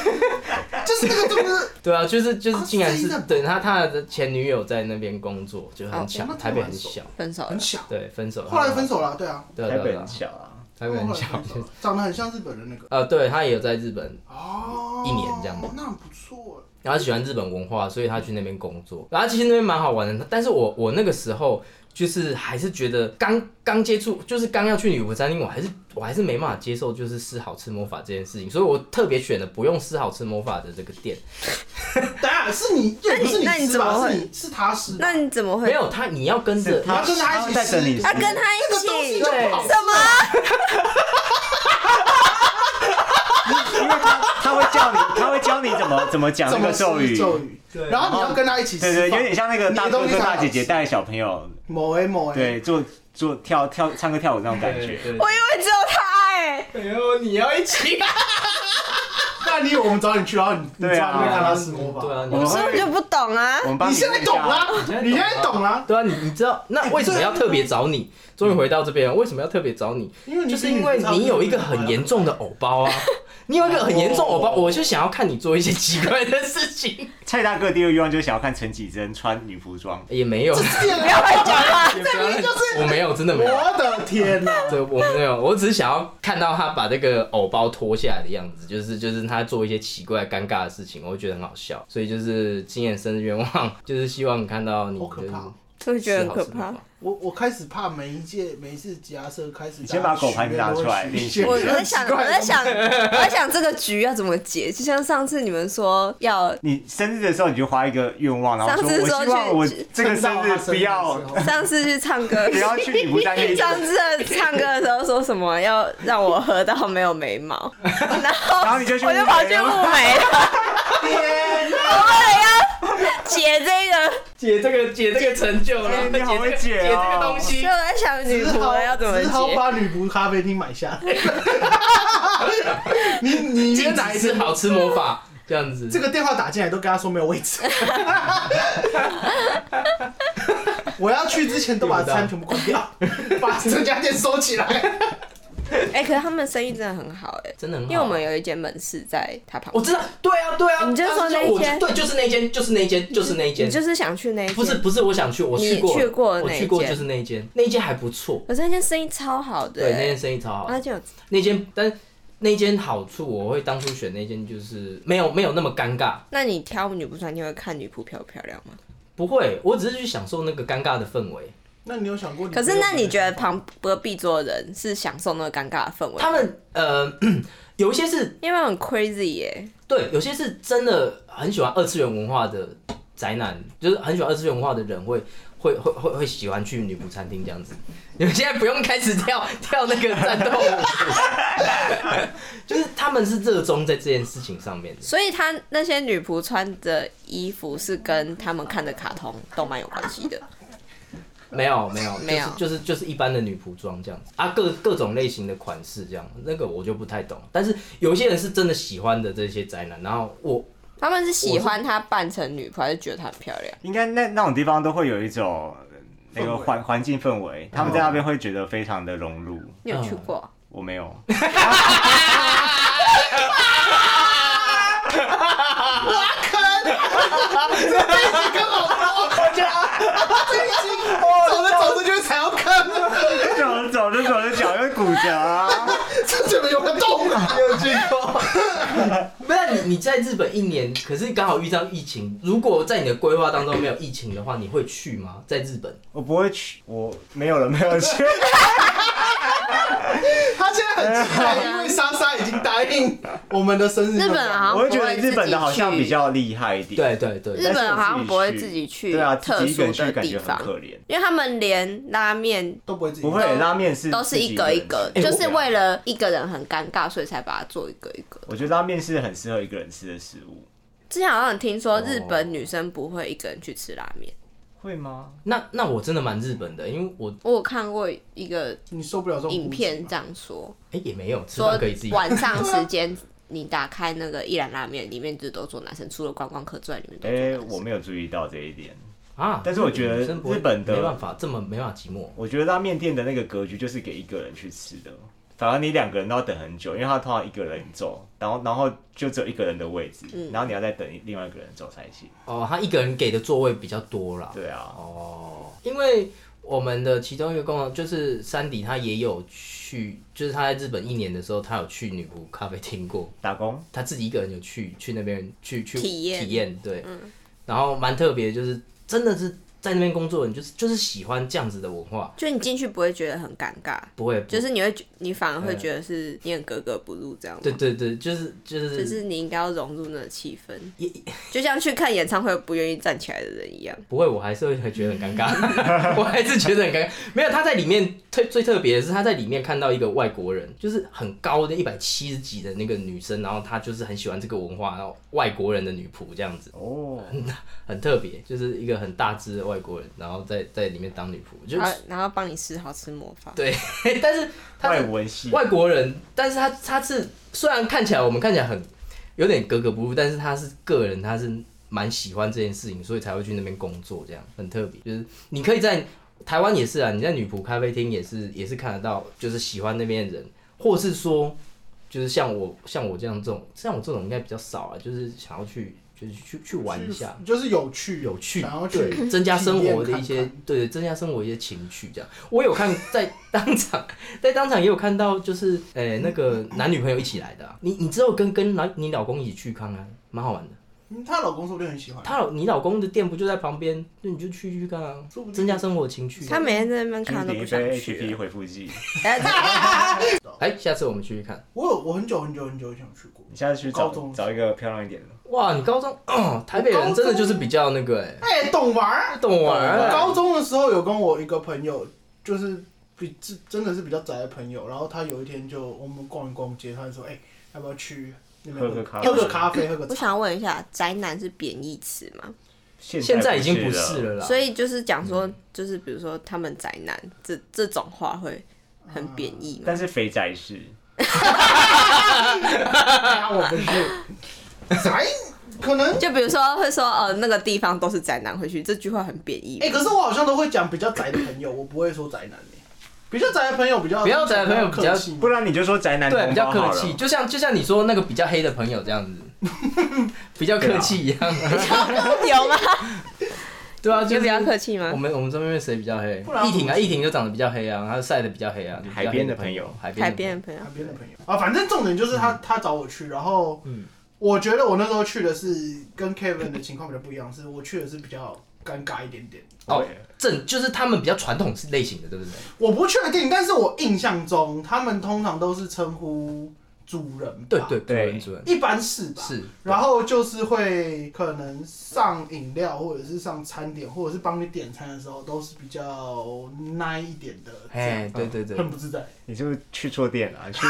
A: 就是那个真的是，
C: 对啊，就是就是，竟然是
A: 啊是的
C: 等他他的前女友在那边工作，就很
A: 哦
C: 巧，
A: 那
C: 台北很小，
B: 分手了
A: 很。小，
C: 对，分手了。
A: 后来分手了，对啊，
C: 对啊，
D: 台
C: 对啊
D: 北
C: 对啊
D: 很，小啊，
C: 台北很
A: 后
C: 小
A: 来。分手了长得很像日本人那个。
C: 呃，对他也有在日本，
A: 哦，
C: 一年这样子
A: 那很不错哎。
C: 然后他喜欢日本文化，所以他去那边工作。然后其实那边蛮好玩的，但是我我那个时候就是还是觉得刚刚接触，就是刚要去女仆餐厅，我还是我还是没办法接受就是吃好吃魔法这件事情，所以我特别选了不用吃好吃魔法的这个店。
A: 等一下是你，也不是
B: 那你
A: 你吃吧？
B: 那你怎么会
A: 是你是他吃吧，
B: 那你怎么
C: 没
B: 会？
C: 有他，你要跟着
A: 他要跟他一起吃
D: 带着你吃
B: 他跟他
A: 那
B: 一
A: 个东西
B: 起
A: 就
C: 对
A: 不好吃
B: 什么？
D: 因为他他会教你，他会教你怎么怎么讲那
A: 怎么
D: 个
A: 吃
D: 咒语。
A: 咒语，
C: 对
A: 然后你要跟他一起吃饭，
D: 对对，有点像那个大哥
A: 你的东
D: 哥
A: 西
D: 大姐姐带小朋友，
A: 某 A 某 A，，
D: 对，做做跳跳唱歌跳舞那种感觉。
B: 我以为只有他哎，
C: 没有，你要一起。啊
A: 那你以为我们找你去，然后你
D: 对啊
A: 你专门看他施魔
C: 对
A: 法，
C: 啊，
D: 我们
C: 你
D: 会
B: 所以我就不懂啊
D: 我。们帮
A: 你现在懂
D: 了，
A: 了，啊你现在懂了，
C: 对啊，你你知道那为什么要特别找你？终于回到这边了，为什么要特别找你？
A: 因为你
C: 就是因为你有一个很严重的偶包啊，你有一个很严重偶包，
A: 哦
C: 我就想要看你做一些奇怪的事情，
D: 蔡大哥的第一个愿望就是想要看陈绮贞穿女服装。
C: 也没有，
A: 不要乱讲话，
C: 也不要乱 我没有，真的没有。
A: 我的天哪！
C: 对，我没有，我只是想要看到他把这个偶包脱下来的样子，就是就是他做一些奇怪、尴尬的事情，我会觉得很好笑。所以就是今年生日愿望，就是希望看到你
A: 好可
C: 就是
A: 怕哦
B: 是不是觉得很可
C: 吃好
B: 怕
C: 吃的？
A: 我我开始怕每一届每一次吉他社开始，你
D: 先把狗盘子拿出来练
A: 啊
D: 习
B: 我我在想，我在想，我在想这个局要怎么结。就像上次你们说要，
D: 你生日的时候你就花一个愿望，然后
B: 上次
D: 我
B: 说
D: 希望
B: 去
D: 我这个生日不要
B: 上次去唱歌
D: 不，要去女服装店，
B: 上次唱歌的时候说什么要让我喝到没有眉毛，然后
D: 然后你就去雾
B: 我
D: 眉
B: 就
D: 了
B: 跑去雾眉了。我为了要解这个，
C: 解这个解这个成就，然后
D: 你好会
C: 这个
D: 解
C: 解
D: 哦
C: 这个东
B: 所以
C: 西。
B: 我在想女
A: 只
B: 仆
A: 好
B: 了要怎么
A: 只好
B: 解。
A: 把女仆咖啡厅买下。 你你约
C: 禁
A: 哪
C: 止
A: 一
C: 吃
A: 次？
C: 好吃魔法这样子。
A: 这个电话打进来都跟他说没有位置。 我要去之前都把餐全部关掉，把这家店收起来。
B: 哎、可是他们生意真的很好哎、
C: 真的很好。
B: 因为我们有一间门市在他旁
C: 我
B: 边，
C: 知道，对啊，对啊，
B: 你就说那一
C: 我
B: 间
C: 对，就是那间，就是那间，就是那
B: 你
C: 间，
B: 就是想去那一间，
C: 不是不是，我想去，我
B: 你
C: 过，
B: 去过
C: 我
B: 那
C: 去过
B: 间
C: 就是那间，那间还不错，
B: 可是那间生意超好的、
C: 对，那
B: 欸，
C: 间生意超好
B: 而，且有
C: 那间但那间好处我会当初选那间就是没有没有那么尴尬，
B: 那你挑女仆餐厅会看女仆漂不漂亮吗？
C: 不会，我只是去享受那个尴尬的氛围。
A: 那你有想过？
B: 可是那你觉得旁隔壁桌的人是享受那个尴尬的氛围？
C: 他们呃， 有一些是
B: 因为很 crazy 哎耶、
C: 对，有些是真的很喜欢二次元文化的宅男，就是很喜欢二次元文化的人会。会会会会喜欢去女仆餐厅这样子， 你们现在不用开始跳跳那个战斗舞， 就是他们是热衷在这件事情上面的。
B: 所以他那些女仆穿的衣服是跟他们看的卡通动漫有关系的。
C: 没有没有
B: 没有
C: 就是就是就是一般的女仆装这样子啊，各各种类型的款式这样，那个我就不太懂。但是有一些人是真的喜欢的这些宅男，然后我
B: 他们是喜欢她扮成女仆，还是觉得她很漂亮？
D: 应该那那种地方都会有一种呃那个环环境氛嗯围，他们在那边会觉得非常的融入。
B: 你有去过？
D: 我没有，
A: 走着走着就会踩到坑，
D: 走着走着走着脚又骨折啊！
A: 这怎么有人动啊？有去过？
C: 不是你你在日本一年，可是刚好遇到疫情。如果在你的规划当中没有疫情的话，你会去吗？在日本，
D: 我不会去，我没有了，没有去。
A: 他现在很期待，因为莎莎已经答应我们的生日。
D: 嗯
E: 日本好像
D: 啊我会觉
E: 不
D: 得
E: 会自己
D: 日本的好像比较厉害一点。
C: 对对对，
E: 日本好像不会
D: 但是我
E: 自己去
D: 对啊，
E: 特
D: 自己一个
E: 殊
D: 人去啊
E: 的
D: 感
E: 地
D: 觉很
E: 方，
D: 可怜。
E: 因为他们连拉面
A: 都不会自己
D: 不会，拉面是
E: 都是一个一个，
D: 自己
E: 就
D: 人吃
E: 是为了一个人很尴尬，所以才把它做一个一个。
D: 我觉得拉面是很适合一个人吃的食物，
E: 之前好像有听说
C: 哦
E: 日本女生不会一个人去吃拉面，
D: 会吗？
C: 那那我真的蛮日本的，因为我
E: 我有看过一
D: 哦
E: 个
A: 你受不了这种
E: 影片这样说，
C: 哎、也没有吃
E: 说
C: 饭可以自己。
E: 晚 上
B: 啊
E: 时间你打开那个一兰拉面，里面就都做男生，除了观光客之外，里面都
D: 哎、
E: 做男生。
D: 我没有注意到这一点。
C: 啊！
D: 但是我觉得
C: 女生不会
D: 日本的
C: 没办法，这么没办法寂寞。
D: 我觉得拉面店的那个格局就是给一个人去吃的，反而你两个人都要等很久，因为他通常一个人走，然后然后就只有一个人的位置，然后你要再等另外一个人走才行。
C: 哦，他一个人给的座位比较多啦。
D: 对啊，
C: 哦，因为我们的其中一个功能就是山迪他也有去，就是他在日本一年的时候，他有去女仆咖啡厅过，
B: 哦
D: 打工
C: 他自己一个人有去去那边去去
B: 体验嗯
C: 体验，对，然后蛮特别，就是真的是在那边工作，你就是就是喜欢这样子的文化，
B: 就你进去不会觉得很尴尬，
C: 不会，
B: 就是你会觉，你反而会觉得是你很格格不入这样吗。
C: 对对对，就是就是
B: 就是你应该要融入那个气氛
C: 也，
B: 就像去看演唱会不愿意站起来的人一样。
C: 不会，我还是会觉得很尴尬， 我还是觉得很尴尬。没有，他在里面特最特别的是，他在里面看到一个外国人，就是很高的一百七十几的那个女生，然后她就是很喜欢这个文化，然后外国人的女仆这样子，
D: 哦，
C: 很特别，就是一个很大只的外国人，然后在在里面当女仆，就是、
B: 然后然后帮你试好吃魔法。
C: 对， 但是他
D: 外
C: 是
D: 文系
C: 外国人，但是他他是虽然看起来我们看起来很有点格格不入，但是他是个人，他是蛮喜欢这件事情，所以才会去那边工作，这样很特别。就是你可以在台湾也是啊，你在女仆咖啡厅也是也是看得到，就是喜欢那边的人，或是说就是像我像我这样这种像我这种应该比较少啊，就是想要去就是去去玩一下。
A: 就是有趣
C: 有趣，
A: 想要
C: 对
A: 去
C: 增加生活
A: 体
C: 的
A: 验
C: 一些
A: 看看
C: 对增加生活一些情趣这样。我有看在当场， 在当场也有看到，就是诶、那个男女朋友一起来的啊、你你之后跟跟男你老公一起去看看，蛮好玩的。
A: 嗯她老公说不定很喜 欢。
C: 他老你老公的店不就在旁边，那你就去去看啊
A: 说不，定
C: 增加生活情趣。
B: 他每天在那边
D: 去
B: 看都
D: 点
B: 不
D: 一
B: 想
D: 杯
B: 去
D: HP
B: 了。
D: 回复剂。
B: 哎
C: 哎，下次我们去去看。
A: 我有我很久很久很久以前有去过，
D: 你下次去找
A: 高中
D: 找一个漂亮一点的。
C: 哇，你高中 哦，台北人真的就是比较那个哎、
A: 哎，懂玩儿。
C: 不懂玩啊
A: 我
C: 儿。
A: 高中的时候有跟我一个朋友，就是比真真的是比较宅的朋友，然后他有一天就我们逛一逛街，他就说：“哎、要不要去那边
D: 喝个咖啡
A: 喝个咖啡，喝个
B: 我
A: 茶
B: 想问一下，宅男是贬义词吗？
C: 现
D: 现
C: 在已经不
D: 不
C: 是了啦，
B: 所以就是讲说，就是比如说他们宅男这这种话会很贬义吗？
D: 但是肥宅是，
A: 啊我不去。宅哎可能
B: 就比如说会说呃那个地方都是宅男会去，这句话很贬义
A: 哎哎、。可是我好像都会讲比较宅的朋友，我不会说宅男、欸、比较宅的朋友比较
C: 比较宅的朋友比较
A: 客气
D: 不然你就说宅男
C: 对，比
D: 同胞
C: 较
D: 好
C: 客
D: 了
C: 气，就像就像你说那个比较黑的朋友这样子， 比较客气一样，
B: 有吗？
C: 对啊，就
B: 有
C: 是
B: 比较客气吗
C: 我？们我们这边谁比较黑
A: 不然？我
C: 易婷啊，易婷就长得比较黑啊，她晒的比较黑啊，就比较黑
D: 海边的
C: 朋
D: 朋，
C: 海边的
B: 海边的朋友
A: 哪边的朋友啊，反正重点就是他他找我去，然后
C: 嗯
A: 我觉得我那时候去的是跟 Kevin 的情况比较不一样，是我去的是比较尴尬一点点。
C: 哦，正就是他们比较传统类型的，对不对？
A: 我不确定，但是我印象中他们通常都是称呼主人吧，
C: 对对
D: 对
C: 主人主人
A: 一般是吧？
C: 是，
A: 然后就是会可能上饮料，或者是上餐点，或者是帮你点餐的时候，都是比较 nice 一点的，这
C: 哎
A: 样，
C: 对对对，
A: 很不自在。
D: 你是不是去错店了、啊？去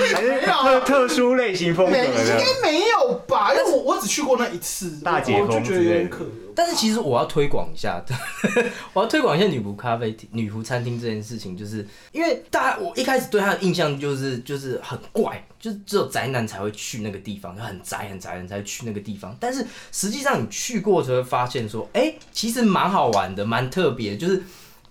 D: 还是
A: 没有啊
D: 特特殊类型风格
A: 没，应
D: 的？
A: 该没有吧？因为我我只去过那一次，
D: 大解
A: 我就
D: 封
A: 觉
D: 之
A: 得有
D: 类
A: 点
D: 的
A: 可恶。
C: 但是其实我要推广一下， 我要推广一下女仆咖啡厅、女仆餐厅这件事情，就是因为大家我一开始对她的印象就是就是很怪，就是只有宅男才会去那个地方，就很宅很宅人才会去那个地方。但是实际上你去过才会发现说，哎、其实蛮好玩的，蛮特别，就是。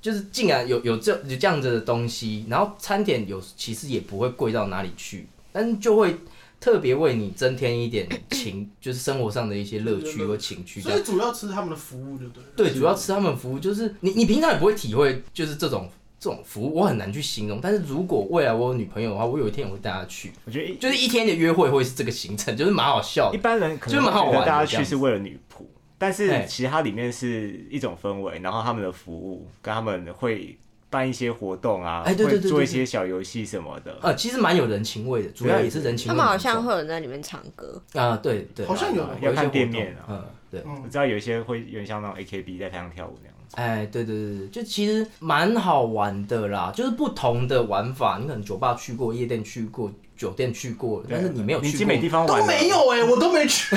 C: 就是竟然有有这有这样子的东西，然后餐点有其实也不会贵到哪里去，但是就会特别为你增添一点情，就是生活上的一些乐趣和情趣。这样
A: 所以主要吃他们的服务，对不对？
C: 对，主要吃他们服务，就是你你平常也不会体会，就是这种这种服务，我很难去形容。但是如果未来我有女朋友的话，我有一天也会带她去，
D: 我觉得一
C: 就是一天的约会会是这个行程，就是蛮好笑
D: 一
C: 的。
D: 般人可
C: 就
D: 能会
C: 蛮好
D: 觉
C: 玩的
D: 得大家
C: 这样
D: 去
C: 子
D: 是为了女仆，但是
C: 哎
D: 其实它里面是一种氛围，然后他们的服务跟他们会办一些活动啊，
C: 哎对对对
D: 会做
C: 对
D: 一些小游戏什么的。
C: 呃，其实蛮有人情味的，主要也是人情
E: 他
C: 味很重。
E: 们好像会有人在里面唱歌，
C: 啊，对对，
A: 好像有
C: 啊
D: 要
C: 一些
D: 看
C: 活
D: 店
C: 动
D: 面啊
C: 嗯，对。
A: 嗯
D: 我，知道有一些会有点像那种 AKB 在台上跳舞那样子。
C: 哎，对对对对，就其实蛮好玩的啦，就是不同的玩法。你可能酒吧去过，夜店去过，酒店去过，但是你没有
D: 啊你
C: 去
D: 基
C: 过
D: 本地方
A: 都
D: 玩了
A: 没，有哎、我都没去，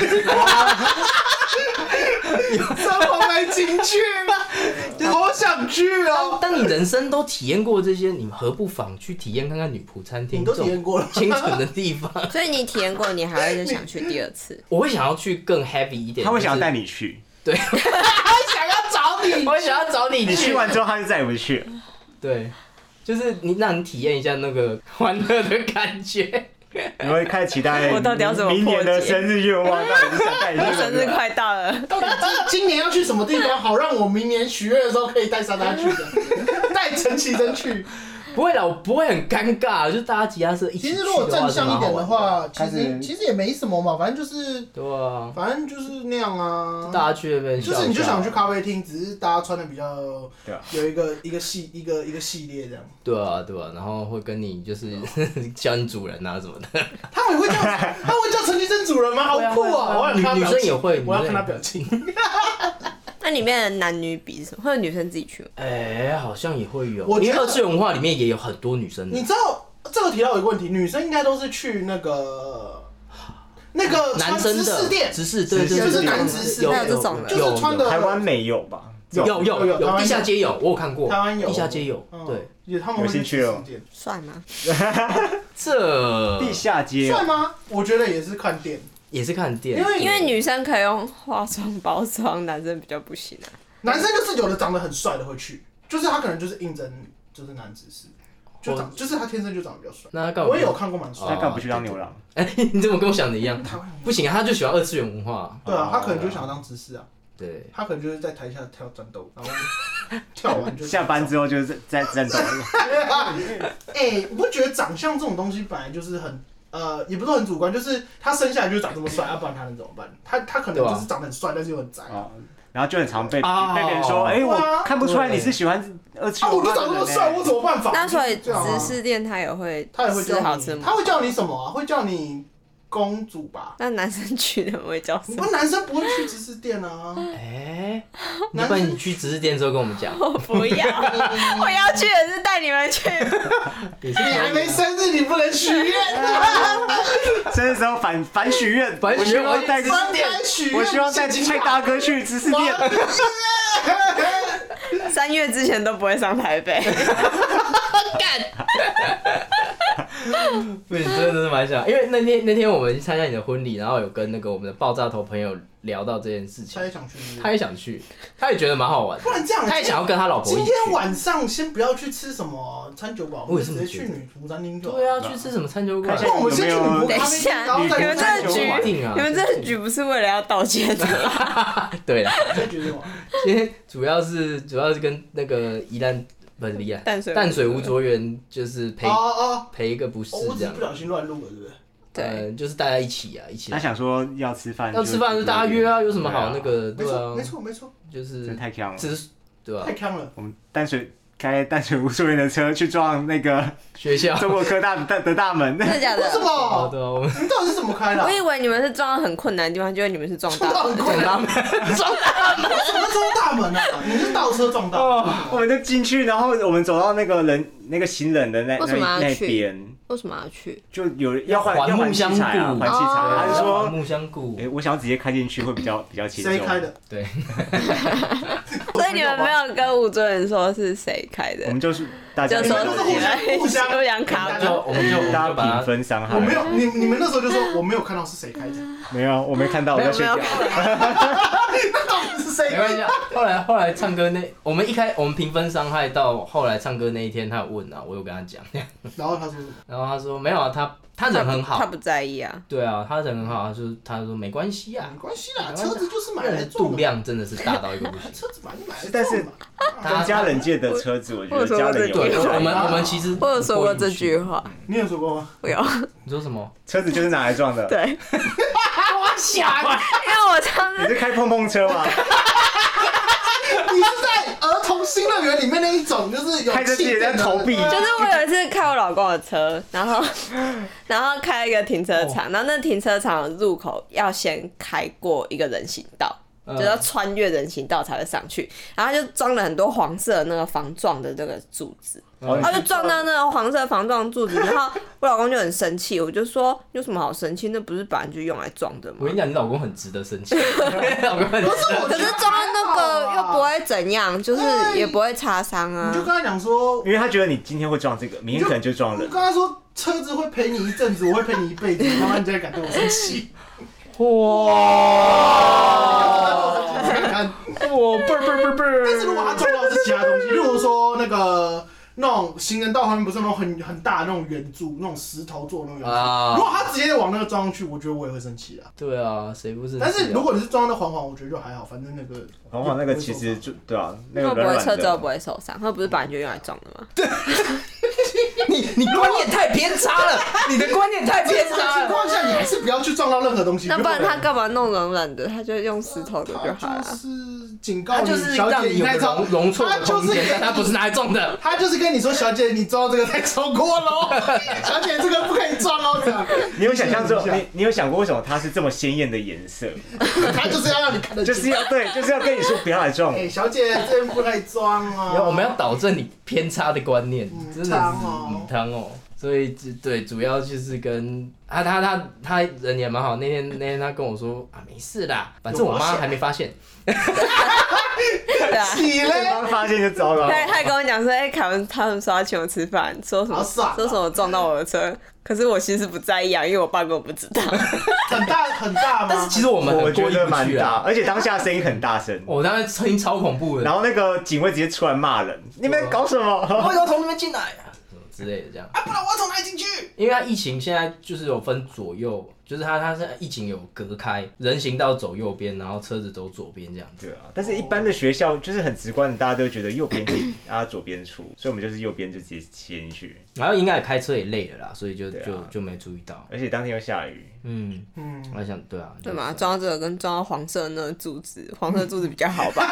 A: 怎么没进去了？ 好想去
C: 当
A: 哦！
C: 当你人生都体验过这些，你何不妨去体验看看女仆餐
A: 你
C: 厅
A: 都
C: 这
A: 体
C: 种
A: 验过了，
C: 清纯的地方？。
E: 所以你体验过，你还会再想去第二次
C: 我会想要去更 heavy 一点，
D: 他会想要带
C: 你，
D: 你去，
A: 想要找你
C: 我会想要找你
D: 你去
C: 去，
D: 完之后他就再也不去了。
C: 对，就是你让你体验一下那个欢乐的感觉。
D: 你会开始 期待
B: 我到底要怎么
D: 明年的
B: 破解
D: 生日愿望？到底是想带你去哪里？
B: 生日快到了，
A: 到底今今年要去什么地方，好让我明年许愿的时候可以带莎莎去 的，带陈绮贞去。
C: 不会啦，我不会很尴尬，就大家其他社一起
A: 其
C: 去
A: 实
C: 的
A: 如果
C: 话
A: 正
C: 是蛮
A: 向一
C: 好
A: 点的
C: 玩，
A: 话，其
D: 开
A: 实
D: 始
A: 其实也没什么嘛，反正就是
C: 对啊，
A: 反正就是那样啊。
C: 大家去那边笑
A: 就
C: 笑
A: 是你就想去，咖啡厅，只是大家穿的比较
D: 对啊
A: 有一个一个系一个一个系列这样。
C: 对啊对啊，然后会跟你就是
A: 哦
C: 叫你主人啊什么的，
A: 他们会叫他们会叫陈绮贞主人 吗？好酷啊！我要
C: 女
A: 看他
C: 女
A: 表
C: 生也
A: 情，
C: 会，
A: 我要
C: 女
A: 看
C: 生
A: 他
C: 也
A: 表情。
B: 那里面的男女比是什么？会有女生自己去吗？
C: 哎、好像也会有，
A: 我觉
C: 因
A: 得
C: 为二次元文化里面也有很多女生的
A: 你知道这个提到一个问题，女生应该都是去那个那个
C: 男
A: 穿
C: 生
A: 直
C: 的
A: 视店，
C: 直视对对，
D: 就是
C: 对
A: 男直视
C: 有
B: 那这种的
A: 就是穿的
D: 台湾没有吧？
C: 有有
A: 有
C: 有
A: 有台湾有
C: 有地下街有，我有看过，
A: 台湾有
C: 地下街有，
A: 嗯
C: 对，，
A: 也他们会去
D: 有兴趣哦
A: 直视店
B: 算吗？
C: 这
D: 地下街哦
A: 算吗？我觉得也是看店，
C: 也是看
A: 因
C: 店，
A: 为
B: 因为女生可以用化妆包装，男生比较不行啊。
A: 男生就是有的长得很帅的会去，就是他可能就是应征就是男直视，就长就是他天生就长得比较帅。
C: 那他干嘛？
A: 我也有，看过蛮帅
D: 他
A: 的，
C: 哦
D: 干嘛不去当牛郎？
C: 哎，你怎么跟我想的一样？
A: 台湾
C: 不行啊，他就喜欢二次元文化，
A: 对啊，他可能就想要当直视啊，
C: 对，
A: 他可能就是在台下跳战斗， 然后跳完就
D: 下班之后就是在在战斗。
A: 哎、你不觉得长相这种东西本来就是很呃，也不是很主观，就是他生下来就长这么帅，要、啊不然他能怎么办？他他可能
C: 对啊
A: 就是长得很帅，但是又很宅。啊，
D: 哦然后就很常被
C: 哦
D: 被别人说，哎，
A: 对啊
D: 我看不出来你是喜欢二次元
A: 我
D: 文
A: 都
D: 化的
A: 长这么
D: 人呢。
A: 帅，我怎么办法？
B: 那所以
A: 这样啊
B: 直视店他也会
A: 他也会
B: 吃
A: 叫
B: 好吃
A: 你，
B: 吗？
A: 他会叫你什么啊？会叫你公主吧？
B: 那男生去的会叫什
A: 你
B: 么？
A: 们男生不会去直视店 啊？
C: 哎，
A: 男生
C: 那不然你去直视店之后跟我们讲，
B: 我不要， 我要去的是带你们去。
C: 也是可 以
A: 你
C: 啊
A: 还没生日，你不能许愿
B: 哎
A: 啊！
D: 生日时候反 反许愿，
C: 反
D: 我
C: 许
D: 希
C: 愿
D: 望带
C: 直
A: 分开许愿，
D: 我希望带
A: 神
C: 啊
A: 经
D: 蔡大哥去芝士店。
B: 三月之前都不会上台北，干。
C: 不行，真的真的蛮想，因为那天那天我们去参加你的婚礼，然后有跟那个我们的爆炸头朋友聊到这件事情
A: 他，也想去日本，
C: 他也想去，他也觉得蛮好玩的
A: 不，然这样，
C: 他也想要跟他老婆
A: 今
C: 一起
A: 天
C: 去。
A: 晚上先不要去吃什么餐酒馆，我
C: 我
A: 们
C: 也是
A: 直
C: 这
A: 接
C: 么
A: 去
C: 觉得
A: 女仆餐厅就好。哦
C: 对啊，去吃什么餐酒馆？
A: 那我们先去女
C: 啊
A: 仆咖啡厅，然后再
D: 有
A: 去
D: 没有
A: 餐酒
D: 你
A: 馆
D: 们
C: 一定啊！
B: 你们这局不是为了要道歉的吗？
C: 对了，
A: 再决 定玩。
C: 今天主要是主要是跟那个宜兰不是宜兰
B: 淡水
C: 淡水吴卓源就是陪
A: 哦哦
C: 陪一个不是
A: 哦，我只
C: 这
A: 是
C: 样
A: 不，小心乱录了，对不对？
B: 对，
C: 呃，就是大家一起啊，一起
D: 他想说要吃饭，
C: 要吃饭就大家约啊，有什么好那？个
A: 没
C: 对啊
A: 错，没，错，没错，
C: 就
D: 真的
C: 是
D: 太强了。
C: 只是对啊吧
A: 太？坑了。
D: 我们淡水开淡水无数人的车去撞 那个
C: 学校
D: 中国科大 的大的大 门，
B: 真的假
A: 为什
B: 的？
C: 好
A: 么？
C: 的，我们
A: 你们到底是怎么开的啊
B: 我？以为你们是撞到很困难的地方，结果你们是撞
A: 撞到
B: 到
A: 很困难，
B: 撞到。
A: 什么撞大门啊？你是倒车撞
C: 哦
A: 到？
D: 我们就进去，然后我们走到那个人那个行人的那
E: 为什么
D: 那
E: 要
D: 那
E: 去
D: 边，
E: 为什么要去？
D: 就有人要换
C: 要还
D: 要
C: 木
D: 换器
C: 香
D: 材啊，
C: 菇
D: 换器材
E: 哦
D: 啊。他就
C: 环
D: 说，
C: 木香菇
D: 哎，我想要直接开进去会比较比较轻松。
A: 谁开？的？
C: 对，
B: 所以你们没有跟吴尊人说是谁开的
D: 我，们就是大家
B: 就
A: 你
B: 说
A: 们都是互相互相
B: 互相卡
A: 大
B: 住
A: 家
C: 就哎我们就我们
D: 大
C: 就把
D: 家
C: 它
D: 平分伤 害。
A: 我没有，你你们那时候就说我没有看到是谁开的，
D: 没有，我没看到，我
B: 没
D: 在
B: 有
D: 睡
B: 没有
D: 觉。
B: 看到，
A: 那到底是谁开
C: 没关
A: 的？
C: 系啊。后来后来唱歌那，我们一开我们平分伤害到后来唱歌那一天，他有问啊，我有跟他讲，
A: 然后他说什么？
C: 然后他说没有啊，他他人很
B: 他
C: 好，
B: 不在意啊。
C: 对啊，他人很好，他说他说没关系啊
A: 没，关系啦，车子就是买
C: 那
A: 来
C: 人
A: 撞
C: 度
A: 的嘛，
C: 量真的是大到一个不行。
A: 车子买就买来
D: 但是
A: 撞的嘛。
D: 跟家人借的车子，我觉
B: 我
D: 得
B: 说
D: 家
B: 我
D: 人
B: 这
D: 有
C: 对，
B: 句
C: 我
B: 话
C: 们我们其实
B: 我有说过
C: 不
B: 这
C: 允许
B: 句，话，
A: 你有说过吗？
B: 我有
C: 你说什么？
D: 车子就是拿来撞的。
B: 对，
A: 我想，
B: 因为我上
D: 你
B: 次
D: 是开碰碰车吗？
A: 你是在儿童新乐园里面那一种，就是有
D: 开着自己
A: 气
D: 在
A: 垫的
D: 投币，
B: 就是我有一次开我老公的车，然后 然后开一个停车
A: 哦
B: 场，然后那停车场的入口要先开过一个人行道。
A: 呃
C: 嗯
B: 就是要穿越人行道才会上去，然后他就装了很多黄色的那个防撞的那个柱子，
D: 哦
B: 然后就撞到那个黄色防撞柱子，然后我老公就很生气，我就说有什么好生气？那不是本来就用来撞的吗
C: 我跟？你讲，你老公很值得生气，你老公很值
A: 是我
C: 得。
B: 可是撞到那个又不
A: 会，
B: 会怎样，就是也不会擦伤
A: 啊
B: 啊
A: 你。就跟他讲说，
D: 因为他觉得你今天会撞这个，明天可能就撞
A: 我
D: 人
A: 跟。他说车子会陪你一阵子，我会陪你一辈子，然后你就会感动我生气。哦
C: 哇！
A: 看
C: 我倍儿倍儿倍儿倍儿
A: 但是如果他撞到的是其他东西，例如说那个那种行人道旁边不是那种很很大的那种圆柱，那种石头做的那种圆柱。如
C: 啊，
A: 果他直接往那个撞上去，我觉得我也会生气啊。
C: 对啊，谁不是？
A: 但是如果你是撞到环环，我觉得就还好，反正那个
D: 往往那个其实就对啊，那
B: 那
D: 个
B: 不会
D: 软
B: 车
D: 软
B: 之后
D: 的
B: 不。会受伤，那不是本来就用来撞的吗？
C: 你你观念太偏差了，你的观念太
A: 在
C: 偏
A: 这种
C: 差
A: 情
C: 了。
A: 况下，你还是不要去撞到任何东西。
B: 那不然他干嘛弄软软的？他就用石头的就好
A: 他
B: 了
A: 就。是警告
C: 他
A: 你，
C: 就是
A: 小
C: 让
A: 姐
C: 你
A: 你
C: 有
A: 太
C: 个
A: 超
C: 容容错
A: 他
C: 的
A: 就
C: 空
A: 是
C: 间，但他不是
A: 拿，
C: 拿来撞 的。
A: 他就是跟你说，小姐你撞到这个太超过了哦，小姐这个不可以撞哦，这样。
D: 你有想象中
A: 一，下
D: 你你有想过为什么它是这么鲜艳的颜色？
A: 他就是要让你 看得
D: 就
A: 见。
D: 是要对，就是要跟你说不要来撞
A: 哎、
D: 我。
A: 小姐，这边不可以装
C: 然
A: 哦。
C: 后我们要导正你偏差的观念，
A: 嗯
C: 真的是
A: 汤哦
C: 嗯汤哦。所以就对，主要就是跟啊，他他他人也蛮好。那天那天他跟我说啊，没事啦，反正我妈还没发现。
B: 对啊。
A: 起
D: 对
A: 嘞，
D: 方发现就糟糕
B: 他。他还跟我讲说，哎、凯文他们说要请我吃饭，说什么
A: 好爽啊
B: 说什么撞到我的车，可是我其实不在意啊，因为我爸跟我不知道。
A: 很大很大吗？
C: 但是其实我们
D: 我
C: 很过
D: 觉
C: 意
D: 得
C: 不
D: 蛮
C: 去
D: 大，
C: 啊。
D: 而且当下声音很大声，
C: 我当时声音超恐怖的，
D: 然后那个警卫直接出来骂人：“你们搞什么
C: 为什么从那边进来啊？什么之类的这样。
A: 啊，不然我要从哪里进去？
C: 因为它疫情现在就是有分左右，就是它它是疫情有隔开，人行道走右边，然后车子走左边这样？”子。
D: 对啊，但是一般的学校就是很直观的，大家都觉得右边进，啊左边出，所以我们就是右边就直接切进去，
C: 然后应该也开车也累了啦，所以就、
D: 对啊
C: 就就没注意到。
D: 而且当天又下雨，
C: 嗯，
A: 嗯，
C: 我在想，对啊，
B: 对
C: 就是
B: 嘛，撞到这个跟撞到黄色那个柱子，黄色柱子比较好吧？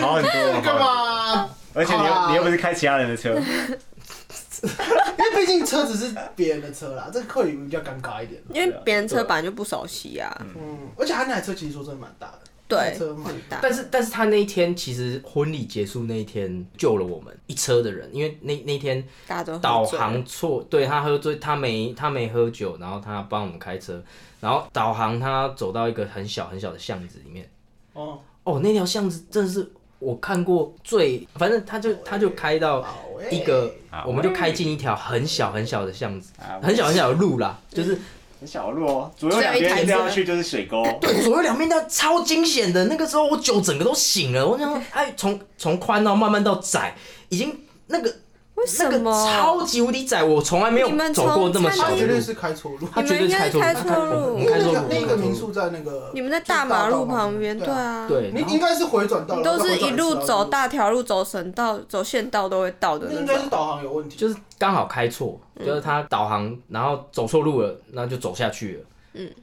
D: 好很多。
A: 干？嘛？
D: 而且你
A: 好
D: 又
A: 啦
D: 你又不是开其他人的车，
A: 因为毕竟车子是别人的车啦，这个客语比较尴尬一点。
B: 因为别人车本来就不熟悉啊。
A: 嗯，而且他那台车其实说真的蛮大的，那台
B: 对，
A: 车蛮
B: 很大。
C: 但是，但是他那一天其实婚礼结束那一天救了我们一车的人，因为那那天
B: 大家都喝醉
C: 导航错，对他喝醉，他没他没喝酒，然后他帮我们开车，然后导航他走到一个很小很小的巷子里面，
A: 哦，
C: 哦，那条巷子真的是我看过最，反正他就他就开到
A: 哦
C: 一个
D: 好，欸
C: 我们就开进一条很小很小的巷子，
D: 啊
C: 很小很小的路啦，就是
D: 很小路哦，左右两边这样去就是水沟，
C: 对 左右两边都超惊险的。那个时候我酒整个都醒了，我 想说，哎，从从宽到慢慢到窄，已经那个
B: 为
C: 那
B: 什
C: 个
B: 么？
C: 超级无敌窄，我从来没有
B: 你们
C: 走
B: 从
C: 过那么小
A: 他
C: 的
A: 绝
C: 路
A: 对。是开错路。
C: 他绝对
B: 你们应
C: 是
B: 该
C: 开错
B: 开错
C: 路
B: 路
C: 我们
A: 那
C: 开错路，
A: 个
C: 我们
A: 那
C: 开
A: 个
C: 错
A: 民
C: 路
A: 宿在那个，
B: 你们在大马路旁边，
A: 对
B: 对。啊，
C: 对，
A: 你
C: 然后
A: 应该是回转道，
B: 你
A: 然
B: 都
A: 后
B: 是
A: 回
B: 一
A: 转
B: 路
A: 直
B: 走，大条路、走省道、走县道都会到的
A: 那
B: 那
A: 应该是
B: 种。
A: 导航有问题。
C: 就是刚好开错，就是他导航，然后走错路了，然后就走下去了，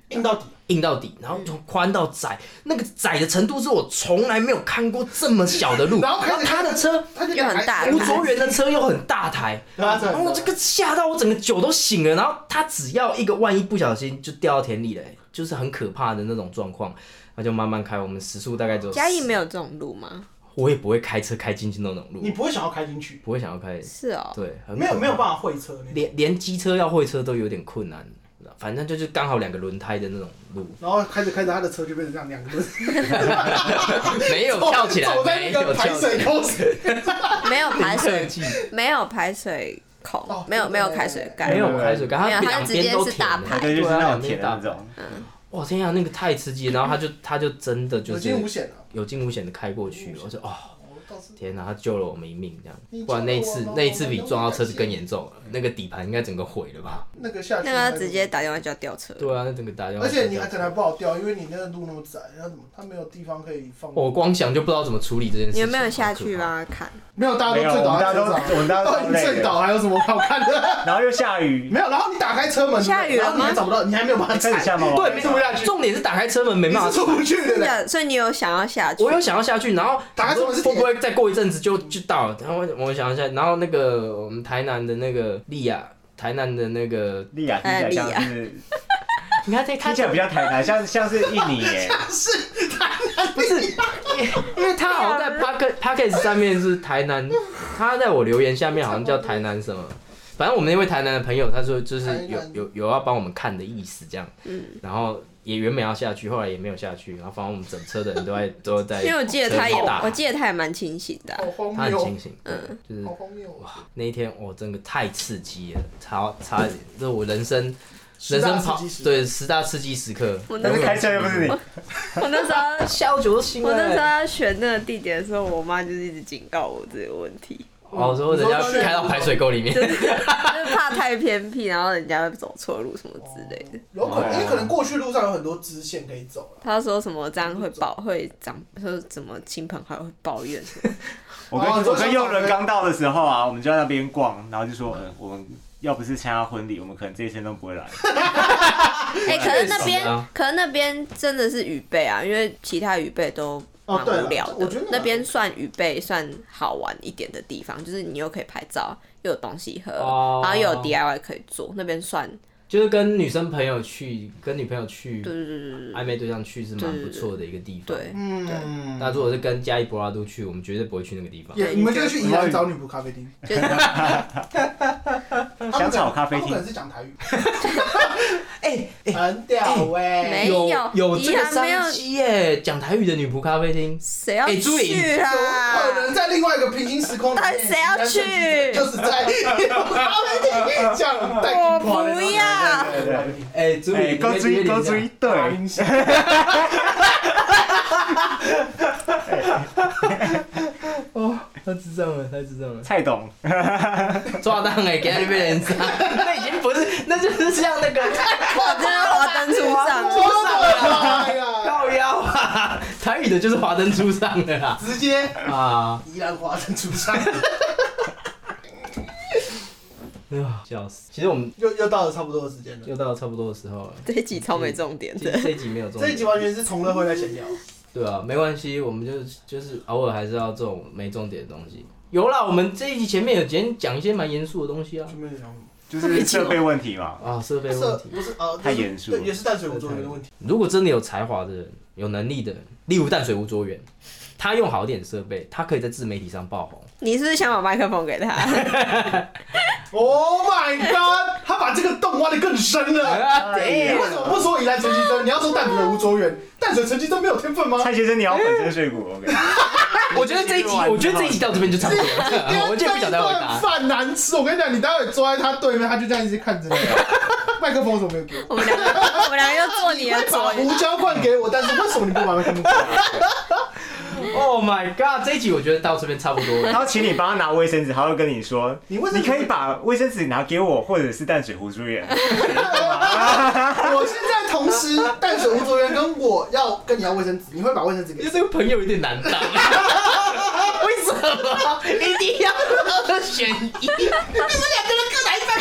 A: 硬到底，
C: 硬到底，然后从宽到窄，那个窄的程度是我从来没有看过这么小的路。
A: 然后开始
C: 他的车，
A: 他就哎
B: 又很大
C: 吴
A: 无
C: 卓源的车又很大台，
A: 大家
C: 然后我这个吓到我整个酒都醒了，然后他只要一个万一不小心就掉到田里了、欸就是很可怕的那种状况。那就慢慢开，我们时速大概只有
B: 嘉义
C: 10
B: 没有这种路吗？
C: 我也不会开车开进去那种
A: 你
C: 路，
A: 不会想要开进去，
C: 不会想要开，
B: 是哦，
C: 对，很
A: 没有
C: 可
A: 没有
C: 怕
A: 办法会车那种。
C: 连连机车要会车都有点困难，反正就是刚好两个轮胎的那种 路，
A: 然后开着开着，他的车就变成这样两个，
C: 没有 跳起来，
A: 走在
C: 没
A: 那
C: 有
A: 个排
C: 跳起来，
A: 水沟水，
B: 没有排水
C: 设，计
B: 没有排水
A: 哦
B: 孔，没有没有排水盖，
C: 没有排水缸，
B: 没有
C: 它
B: 它
C: 两
B: 直接
C: 边都
B: 是
C: 填啊
B: 大
C: 的
B: 排
D: 对，就是那种铁
C: 铁
D: 的那。种，
C: 哇天啊，那个太刺激了，然后他
A: 嗯
C: 就他就真的 就
A: 有
C: 是
A: 惊无险啊！
C: 有惊无险的开过去，我说哦
A: 我倒是
C: 天啊哪，他救了我们一命这
A: 你
C: 样，
A: 救
C: 不然那一
A: 了我
C: 次
A: 吗
C: 那一次比
A: 我们都
C: 撞到
A: 不
C: 车子
A: 敢
C: 更
A: 接
C: 严重了，那个底盘应该整个毁了吧？
A: 那个下去，
B: 那个要直接，打电话叫吊车。
C: 对啊，那整个打电话
A: 而
C: 叫
A: 且
C: 救
A: 你
C: 护车，
A: 还可能还不好掉，因为你那个路那么窄，要怎么？他没有地方可以放。
C: 我光想就不知道怎么处理这件事
B: 你
C: 情，
B: 有没有下去啊
C: 吧？
B: 帮他看？
A: 没有，大
D: 没
A: 家
D: 有，
A: 都
D: 我
A: 醉倒
D: 们
A: 在车上，
D: 大家都我们大家
A: 到
D: 都
A: 底
D: 累
A: 醉
D: 了，
A: 倒还有什么好看 的？
D: 然后又下雨，
A: 没有，然后你打开车门，
B: 下雨了吗
A: 然后你还找不到，你还没有把它
D: 开始
A: 踩
D: 下毛毛
C: 对，
A: 你
C: 没
A: 出不下去，
C: 重点是打开车门没啊
A: 你
C: 办法
A: 是出不去的
B: 真
A: 嘞。
B: 的，啊所以你有想要下去
C: 我？有想要下去，然后
A: 打开车门是
C: 会不会再过一阵子就就到了？然后我我想一下，然后那个我们台南的那个莉亚，台南的那个，
D: 莉亚听啊起来像是
C: 你看这
D: 听
C: 他
D: 起来比较台台，像像是印尼耶，
C: 不是，因为他好像在 Pocket Pocket 上面是台南，他在我留言下面好像叫台南什么。反正我们那位台南的朋友，他说就是
A: 台南
C: 有有有要帮我们看的意思，这样，然后也原本要下去，后来也没有下去，然后反正我们整车的人都在 都在，
B: 因为我记得他也
C: 车大，
B: 我记得他也蛮清醒的啊。
A: 好荒
C: 他很
A: 谬
C: 清，醒，嗯，就是
A: 好荒谬哦。
C: 那一天我、真的太刺激了，差差一点，这是我人生
A: 十
C: 人
A: 大
C: 生
A: 刺
C: 跑
A: 激时刻
C: 对十大刺激时刻。
B: 我那
D: 但
B: 时候，
D: 是开车又不是你，
B: 我那时候，
C: 下午酒都醒
B: 我那时候要选那个地点的时候，我妈就是一直警告我这个问 题，
C: 哦，我说人家开到排水沟里面，
B: 就是怕太偏僻，然后人家会走错路什么之类的。
A: 有
D: 哦
A: 可能，因为可能过去路上有很多支线可以走了。
B: 她说什么这样会抱会长，说怎么亲朋好友会抱怨什么。
D: 我跟
A: 哦你说
D: 我跟
A: 像
D: 佑伦刚到的时候啊，我们就在那边逛，然后就说，嗯，我们要不是参加婚礼，我们可能这一生都不会来。
B: 哎，可是那
C: 爽
B: 边
C: 啊，
B: 可是那边真的是雨备啊，因为其他雨备都
A: 哦
B: 蛮
A: 对
B: 无
A: 了
B: 聊
A: 我
B: 的
A: 觉得。
B: 那边算雨备算好玩一点的地方，就是你又可以拍照，又有东西喝，
C: 哦
B: 然后又有 DIY 可以做。那边算，
C: 就是跟女生朋友去，跟女朋友去
B: 对对对对对
C: 暧昧对象去是蛮不错的一个地方。
B: 对，
A: 嗯，
C: 那如果是跟嘉义博拉都去，我们绝对不会去那个地方。
A: 也你们就去宜兰找女仆咖啡厅，
B: 就是
A: 他们
D: 香草
A: 可能
D: 咖啡
A: 他们可
D: 厅
A: 能是讲台语，
C: 哎、
A: 很屌欸
B: 没
A: 喂。
B: 有
C: 有这
B: 宜
C: 个
B: 兰没有
C: 商机耶，讲台语的女仆咖啡厅。
B: 谁要
C: 哎朱颖
B: 去啊
A: 有可
B: 啦？
A: 能在另外一个平行时空里
B: 到底
A: 面，
B: 啊谁要去
A: 就是在咖啡厅这样带
B: 我
A: 进跑的那种
B: 不要
A: 对对对对对
C: 哎、注
D: 哎，
C: 意，
D: 高追高追，对，
C: 哦，太智障了，太智障了。
D: 蔡董，
C: 抓到哎，给他就被人杀， 那已经不是，那就是像 那个
B: 我真的华灯初上，啊
A: 真的哎呀，
C: 靠腰啊，台语的就是华灯初上的啦。
A: 直接
C: 啊，
A: 宜兰花生出 山，
C: 哎呦笑死！其实我们
A: 又又到了差不多的时间了。
C: 又到了差不多的时候了，
B: 这一集超没重点
C: 这
B: 的。
C: 这一集没有重
A: 这一集
C: 点，
A: 完全是从乐会在闲聊，
C: 对啊，没关系，我们就就是偶尔还是要这种没重点的东西。有啦，我们这一集前面有讲讲一些蛮严肃的东西啊，
A: 前面讲
D: 就是设备问题嘛。
C: 啊，设备
A: 这
C: 问题。
A: 不是呃
D: 太严肃
A: 对，也是淡水我做的问题。
C: 如果真的有才华的人，有能力的人，例如淡水吴卓源，他用好一点的设备，他可以在自媒体上爆红。
B: 你是不是想把麦克风 给他？
A: Oh my god！他把这个洞挖的更深了。
D: 哎
A: 你
D: 呀
A: 为什么不说宜兰陈其珍？你要说淡水吴卓源，淡水陈其珍没有天分吗？
D: 蔡先生，你要粉身碎骨，我跟你讲，
A: 我
C: 我觉得这一集，我觉得这一集到这边就差不多 了，我就不想再回答。
A: 饭难吃，我跟你讲，你待会坐在他对面，他就这样一直看着你。 麦克风怎么没有给我？
B: 我们两个，我们两个就做你的
A: 会
B: 左
A: 把胡椒罐给我，但是为什么你不把麦克风给 我？
C: Oh my god，这一集我觉得到这边差不多 了。
D: 然后请你帮他拿卫生纸，他会跟你说，
A: 你
D: 你
A: 为什么
D: 可以把卫生纸拿给我，或者是淡水胡珠眼。
A: 我现在同时淡水吴卓源跟我要跟你要卫生纸，你会把卫生纸给
C: 因为？这个朋友有点难 当， 为什么一定要二选一？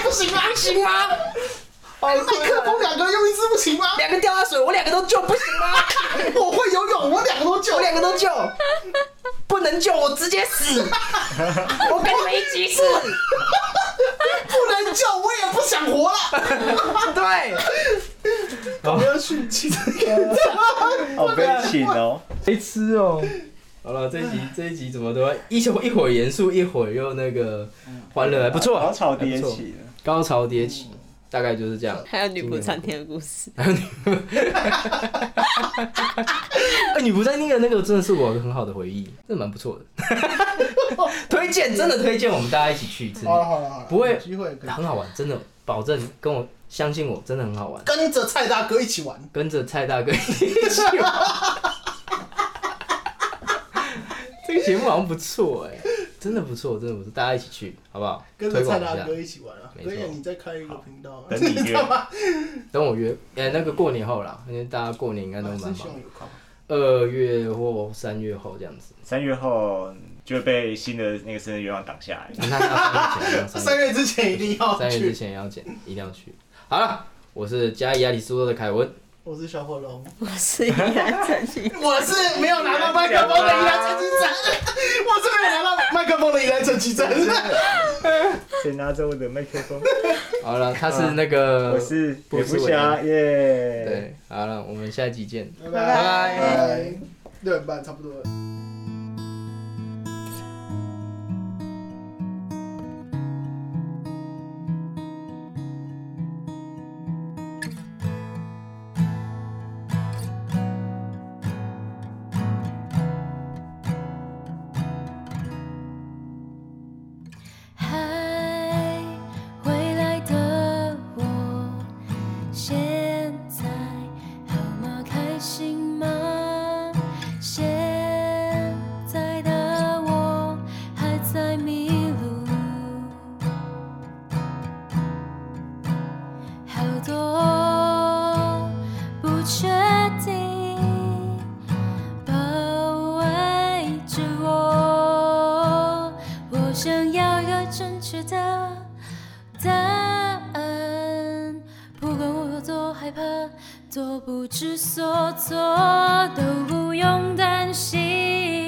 B: 不行吗？行吗？
A: 哎麦克风两个用一支不行吗？
C: 哦啊两个掉下水，我两个都救，不行吗？
A: 我会游泳，我两个都救，
C: 我两个都救，不能救我直 接死，
B: 我跟你们一起死！
A: 不能救，我也不想活 了。
C: 对。
A: 我要殉情，
D: 好悲情 哦！
C: 谁吃哦？好了，这一集这一集怎么都要一会一会儿严肃，一会儿又那个
A: 嗯
C: 欢乐，还哎不错，
D: 高潮迭
C: 还不错，
D: 起了。
C: 高潮迭起，大概就是这样。
B: 还有女仆餐厅的故事，
C: 哎，女仆在那个那个真的是我很好的回忆，真的蛮不错的， 推荐真的推荐我们大家一起去一次，
A: 好啊了好了好了，
C: 不会
A: 有机会可以
C: 很好玩，真的保证跟我相信我，真的很好玩，
A: 跟着蔡大哥一起玩。
C: 跟着蔡大哥一 起玩。这个节目好像不错哎、真的不错，真的不错，大家一起去好不好？
A: 跟
C: 推
A: 着
C: 广
A: 蔡
C: 一
A: 大
C: 下
A: 哥。一起玩啊！
C: 没错
A: 可以，你再开一个频道啊，
D: 等你约
A: 知 道吗？
C: 等我约，哎、那个过年后啦，因为大家过年应该都蛮
A: 真
C: 忙
A: 希望
C: 的，
A: 有空。
C: 二月或三月后这样子。
D: 三月后就被新的那个生日愿望挡下来。
C: 那要三
A: 三
C: 月前，要三月
A: 月之前一定要
C: 三月之
A: 去。
C: 前也要剪，一定要去。好了，我是加伊亚里苏多的凯文，
A: 我是小火龙，
B: 我是依然陈曦。
A: 我是没有拿到麦克风的宜兰陈其 贞，我是没有拿到麦克风的宜兰陈其贞。
D: 谁拿着我的麦克风？
C: 好了，他是那个，
D: 我是
C: 不
D: 蝙
C: 是
D: 蝠侠耶。
C: 对，好了，我们下集见。
A: 拜
B: 拜
A: 拜，六点半差不多了。
F: 嗨，未来的我，现在好吗？开心吗？现在的我还在迷路，好多不确定包围着我。我想要一个正确的答案，不管我有多害怕，多不知所措，都不用担心。